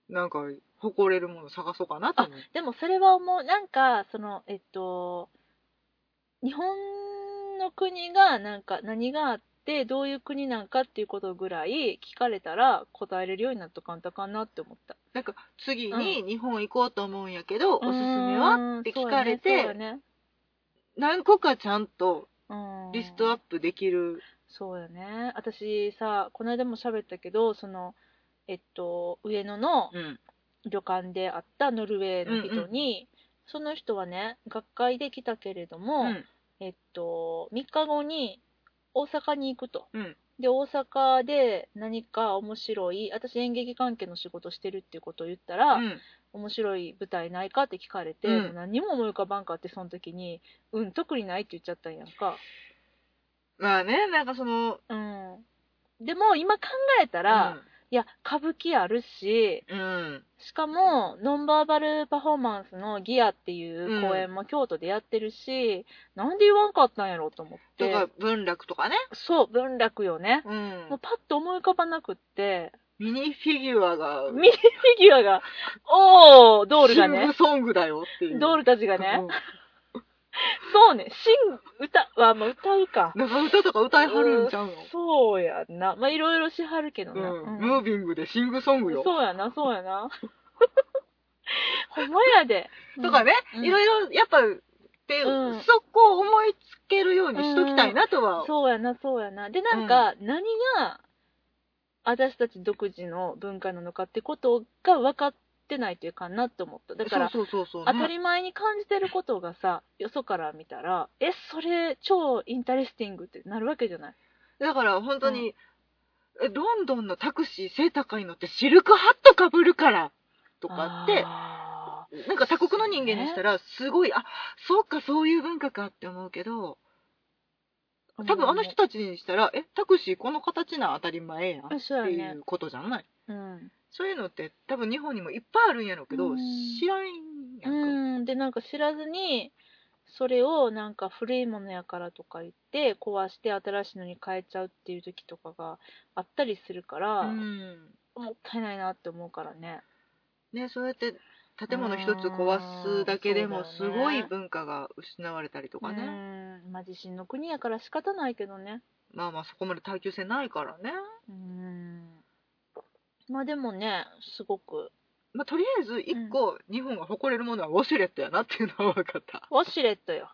なんか誇れるもの探そうかなと思う。
でもそれは思うなんかそのえっと日本の国がなんか何があってどういう国なんかっていうことぐらい聞かれたら答えれるようになっとかんとあかんなって思った
なんか次に日本行こうと思うんやけど、おすすめ
う
は
ーん
って聞かれて、
そうやね
何個かちゃんと
そうやね
リストアップできる。
そうやね私さこの間も喋ったけどそのえっと上野の
うん。
旅館で会ったノルウェーの人に、その人はね学会で来たけれども、
うん
えっと、3日後に大阪に行くと。
うん
で、大阪で何か面白い、私演劇関係の仕事してるっていうことを言ったら、
うん
面白い舞台ないかって聞かれて、
うん
もう何も思い浮かばんかって、その時に、うん、特にないって言っちゃったんやんか。
まあね、なんかその、
うん。でも、今考えたら、いや、歌舞伎あるし、
うん、うん。
しかも、ノンバーバルパフォーマンスのギアっていう公演も京都でやってるし、なんで言わんかったんやろと思っ
と
て
か。文楽とかね。
そう、文楽よね。
うん
もうパッと思い浮かばなくって、
ミニフィギュアが、
ミニフィギュアが、おー、ドールが
シング
ね、
ソングだよっていう。
ドー
ル
ルたちがね、。そうね、シン、歌は、まあ、歌うか。
なんか歌とか歌いはるんちゃうの
そうやんな。まあ、いろいろしはるけどな。
うん。
うん
ムービングでシングソングよ。
そうやな、そうやな。 ほんまやで。
とかね、
うん
いろいろ、やっぱ、で、
うん
そこを思いつけるようにしときたいなと
うん
は。
そうやな、そうやな。で、なんか、何が、私たち独自の文化なのかってことが分かってないというかなって思った。だから、
そうそうそうそう
当たり前に感じてることが さ、よそから見たら、え、それ超インタレスティングってなるわけじゃない
だから本当に、えロンドンのタクシー背高いのってシルクハットかぶるからと
と
かって、
あ
なんか他国の人間にしたら、すごい、あ、そうか、そういう文化かって思うけど、多分あの人たちにしたら、え、タクシーこの形なん当たり前やんって
そうやね
いうことじゃない。
うん、
そういうのって多分日本にもいっぱいあるんやろうけど、
うん
知らんや
うん
か。
ん、でなんか知らずにそれをなんか古いものやからとか言って壊して新しいのに変えちゃうっていう時とかがあったりするから、
うん
もったいないなって思うからね
ね、そうやって建物一つ壊すだけで
う
も
ん
す
そうだよね
ごい文化が失われたりとかね。
うんまあ地震の国やから仕方ないけどね
まあまあそこまで耐久性ないからね。
うんまあでもねすごく
まあとりあえず一個日本が誇れるものはウォシュレットやなっていうのは分かった。
ウォシュレットよ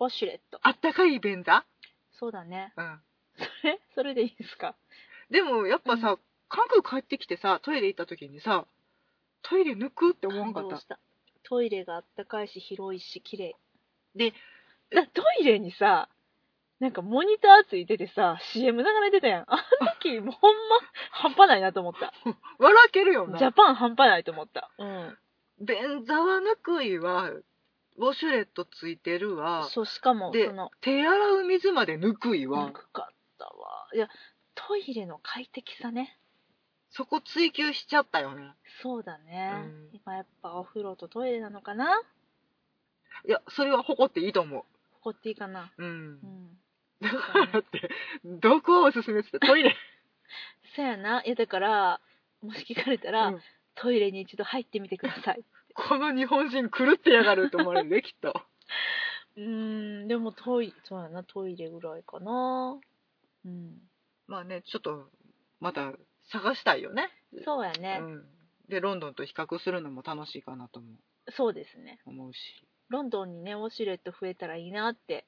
ウォシュレット
あったかい便座
そうだね
うん。
それそれでいいですか
でもやっぱさ、韓国帰ってきてさ、トイレ行った時にさ、トイレ抜くって思わんかっ
感動
た
し。たトイレがあったかいし広いし綺麗
で
だトイレにさなんかモニターついててさ CM 流れてたやんあの時もうほんま半端ないなと思った
笑けるよ
ジャ
な。
パン半端ないと思ったうん
便座はぬくいわ、ウォシュレットついてるわ、
そうしかも
で
その
手洗う水までぬくいわ
よ。かったわいやトイレの快適さね
そこ追求しちゃったよね。
そうだね、
うん
今やっぱお風呂とトイレなのかない
や、それは誇っていいと思
ここっていいかな
う。う。
うんん
だからって、どこをおすすめっつってトイレ。
そやないやだからもし聞かれたら、
うん
トイレに一度入ってみてください
この日本人狂ってやがると思われるね、きっと。
うーん、でもトイレ、そうやな、トイレぐらいかな。うん。
まあね、ちょっと、また探したいよね。
そうや
う
ね。
ん。で、ロンドンと比較するのも楽しいかなとも
そうですね。
思うし。
ロンドンにね、ウォシュレット増えたらいいなって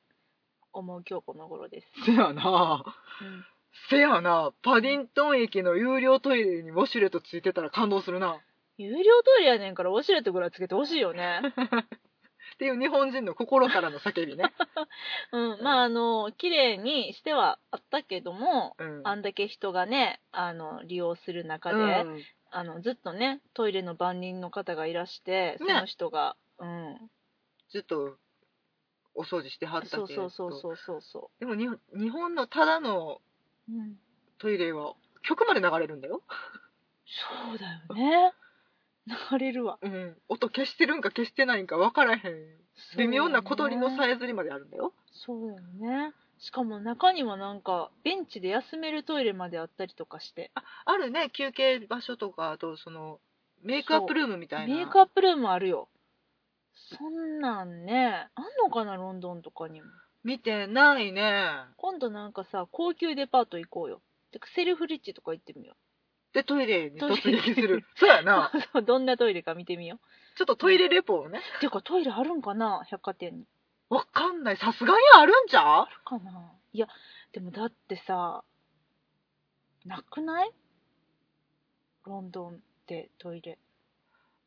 思う今日この頃 です。
せやな
うん、
せやなパディントン駅の有料トイレにウォシュレットついてたら感動するな。
有料トイレやねんからウォシュレットぐらいつけてほしいよ ね。
っていう日本人の心からの叫びね。
うん。まあ、あの、綺麗にしてはあったけども、
うん。
あんだけ人がね、あの、利用する中で、
うん
あの、ずっとね、トイレの番人の方がいらして、その人が、うん。
ずっとお掃除してはったけ
そ
ど
うそうそうそうそうそ
でもに日本のただの
う。うん。
トイレは曲まで流れるんだよ、
そうだよね。流れるわ。
うん、音消してるんか消してないんか分からへん微妙な小鳥のさえずりまであるんだよ
そうだよね。しかも中にはなんか、ベンチで休めるトイレまであったりとかして。
あるね休憩場所とかあとそのメイクアップルームみたいな
メイクアップルームあるよ。そんなんね、あんのかな、ロンドンとかにも。
見てないね
今度なんかさ、高級デパート行こうよ。てか、セルフリッチとか行ってみよ
でトイレに突撃す
トイレに
るそうや
う
な。
そうどんなトイレか見てみよ
ちょっとトイレレポをね
う。てか、トイレあるんかな、百貨店に。
分かんないさすがにあるんじゃう
かないや、でもだってさ、なくないロンドンってトイレ。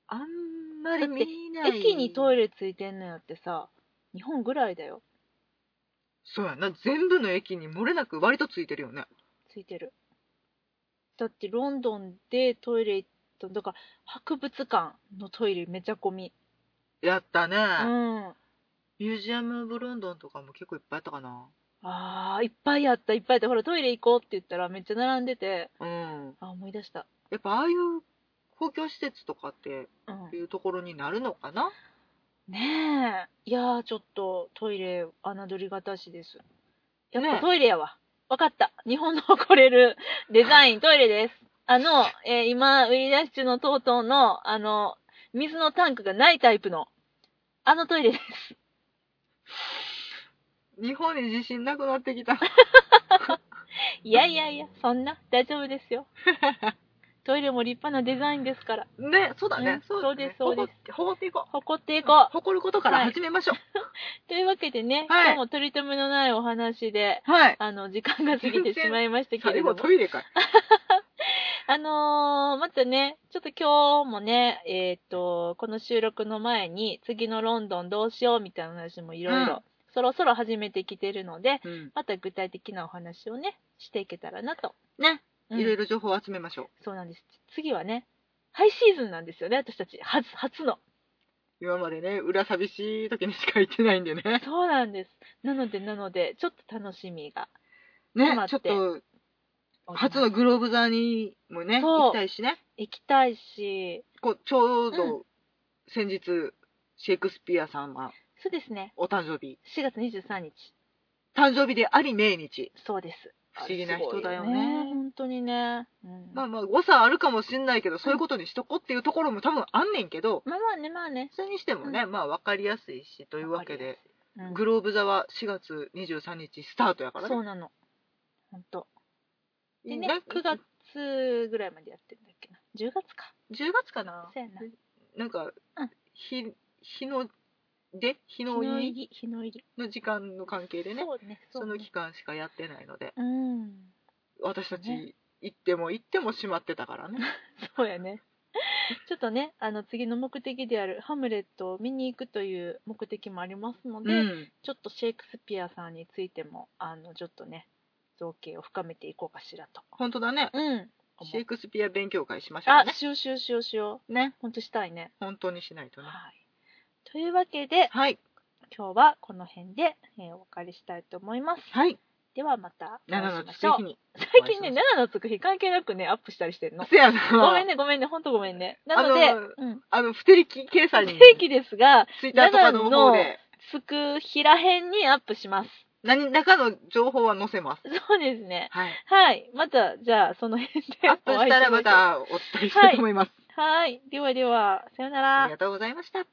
あんまり見ない
駅にト
イレ
イレついてんのやってさ日本ぐらいだよ
そうやな全部の駅に漏れなく割とついてるよね
ついてるだってロンドンでトイレ行っただから博物館のトイレめちゃ混み
やったね、
うん
ミュージアム・オブ・ロンドンとかも結構いっぱいあったかな。
あーいっぱいあったいっぱいあったほらトイレ行こうって言ったらめっちゃ並んでて
うん。
あ思い出した
やっぱああいう公共施設とかって
うん
いうところになるのかな
ねえいやーちょっとトイレ侮りがたしですやっ
ね
ぱ
え
トイレやわわかった日本の誇れるデザイントイレですあの、えー今売り出し中のとうとうのあの水のタンクがないタイプのあのトイレです
日本に自信なくなってきた。
いやいやいやそんな大丈夫です よトイレも立派なデザインですから
ね、そうだ
ね
ね。そうだね
そうですそうで
誇って誇っていこう。
誇っていこう
誇ることから
はい
始めましょ
というわけでね、
はい
今日も取り留めのないお話で
う。はい。
あの時間が過ぎてしまいましたけれ
最
ども
後トイレかい。
あのー、またね、ちょっと今日もね、えーっ、と、この収録の前に、次のロンドンどうしようみたいな話もいろいろ、
うん
そろそろ始めてきてるので、
うん。
また具体的なお話をね、していけたらなと。
ね。
うん
いろいろ情報を集めましょう。
そうなんです。次はね、ハイシーズンなんですよね、私たち。初、初の。
今までね、裏寂しい時にしか行ってないんでね。
そうなんです。なので、なので、ちょっと楽しみが。
ね
今っ、て
ちょっと、初のグローブ座にもね、
そう
行きたいしね。
行きたいし、
こうちょう
う
ど、先日、シェイクスピアさんは
そうですね。
お誕生日。
4月23日。
誕生日であり命日。
そうです。
不思議な人だよね
すごい本当にね。うん、
ま
ま
あ
あ
まあ、誤差あるかもしんないけど、そういうことにしとこっていうところも多分あんねんけど、
まあね、まあね。
それにしてもね、まあ分かりやすいし、というわけで、
うん
グローブ座は4月23日スタートやから
そ
ね。
うなの。本当。でね
なん、
9月ぐらいまでやってるんだっけな。10月か。
10月かな
そうやな。
なんか、
うん
日、日の出
日
日の
の入
入り
り、日の入り。
の時間の関係でね、
そうね、
そ
そう
の
ね。
期間しかやってないので、
うん。
私た
ね
ち行っても行っても閉まってたからね。
そうやね。 ちょっとね、あの次の目的であるハムレットを見に行くという目的もありますので、
うん。
ちょっとシェイクスピアさんについても、あのちょっとね、造形を深めていこうかしらと。
本当だね。
うん。
シェイクスピア勉強会しましょう
あ、
ね。
しようしようしようしよ
ね。
う。ほんとしたいね。
本当にしないとね。
はい。というわけで、
はい。
今日はこの辺で、えーお別れしたいと思います。
はい。
ではまたお
7
会い
の
しま
つ
しょ
く日
う。
に。
最近ね、7のつく日関係なくね、アップしたりしてるの。
せやな。
ごめんね、ごめんね、ほんとごめんね。なので、
あの
うん。
あの、不定期掲載
不
に、
定期ですが、
ツイッターとかの方で、
つく日らへんにアップします。
何らかの情報は載せます。
そうですね。
はい。
はい。また、じゃあ、その辺で。
アップしたらま。たお伝えしたいと思います。
はい。ではでは、さよなら。
ありがとうございました。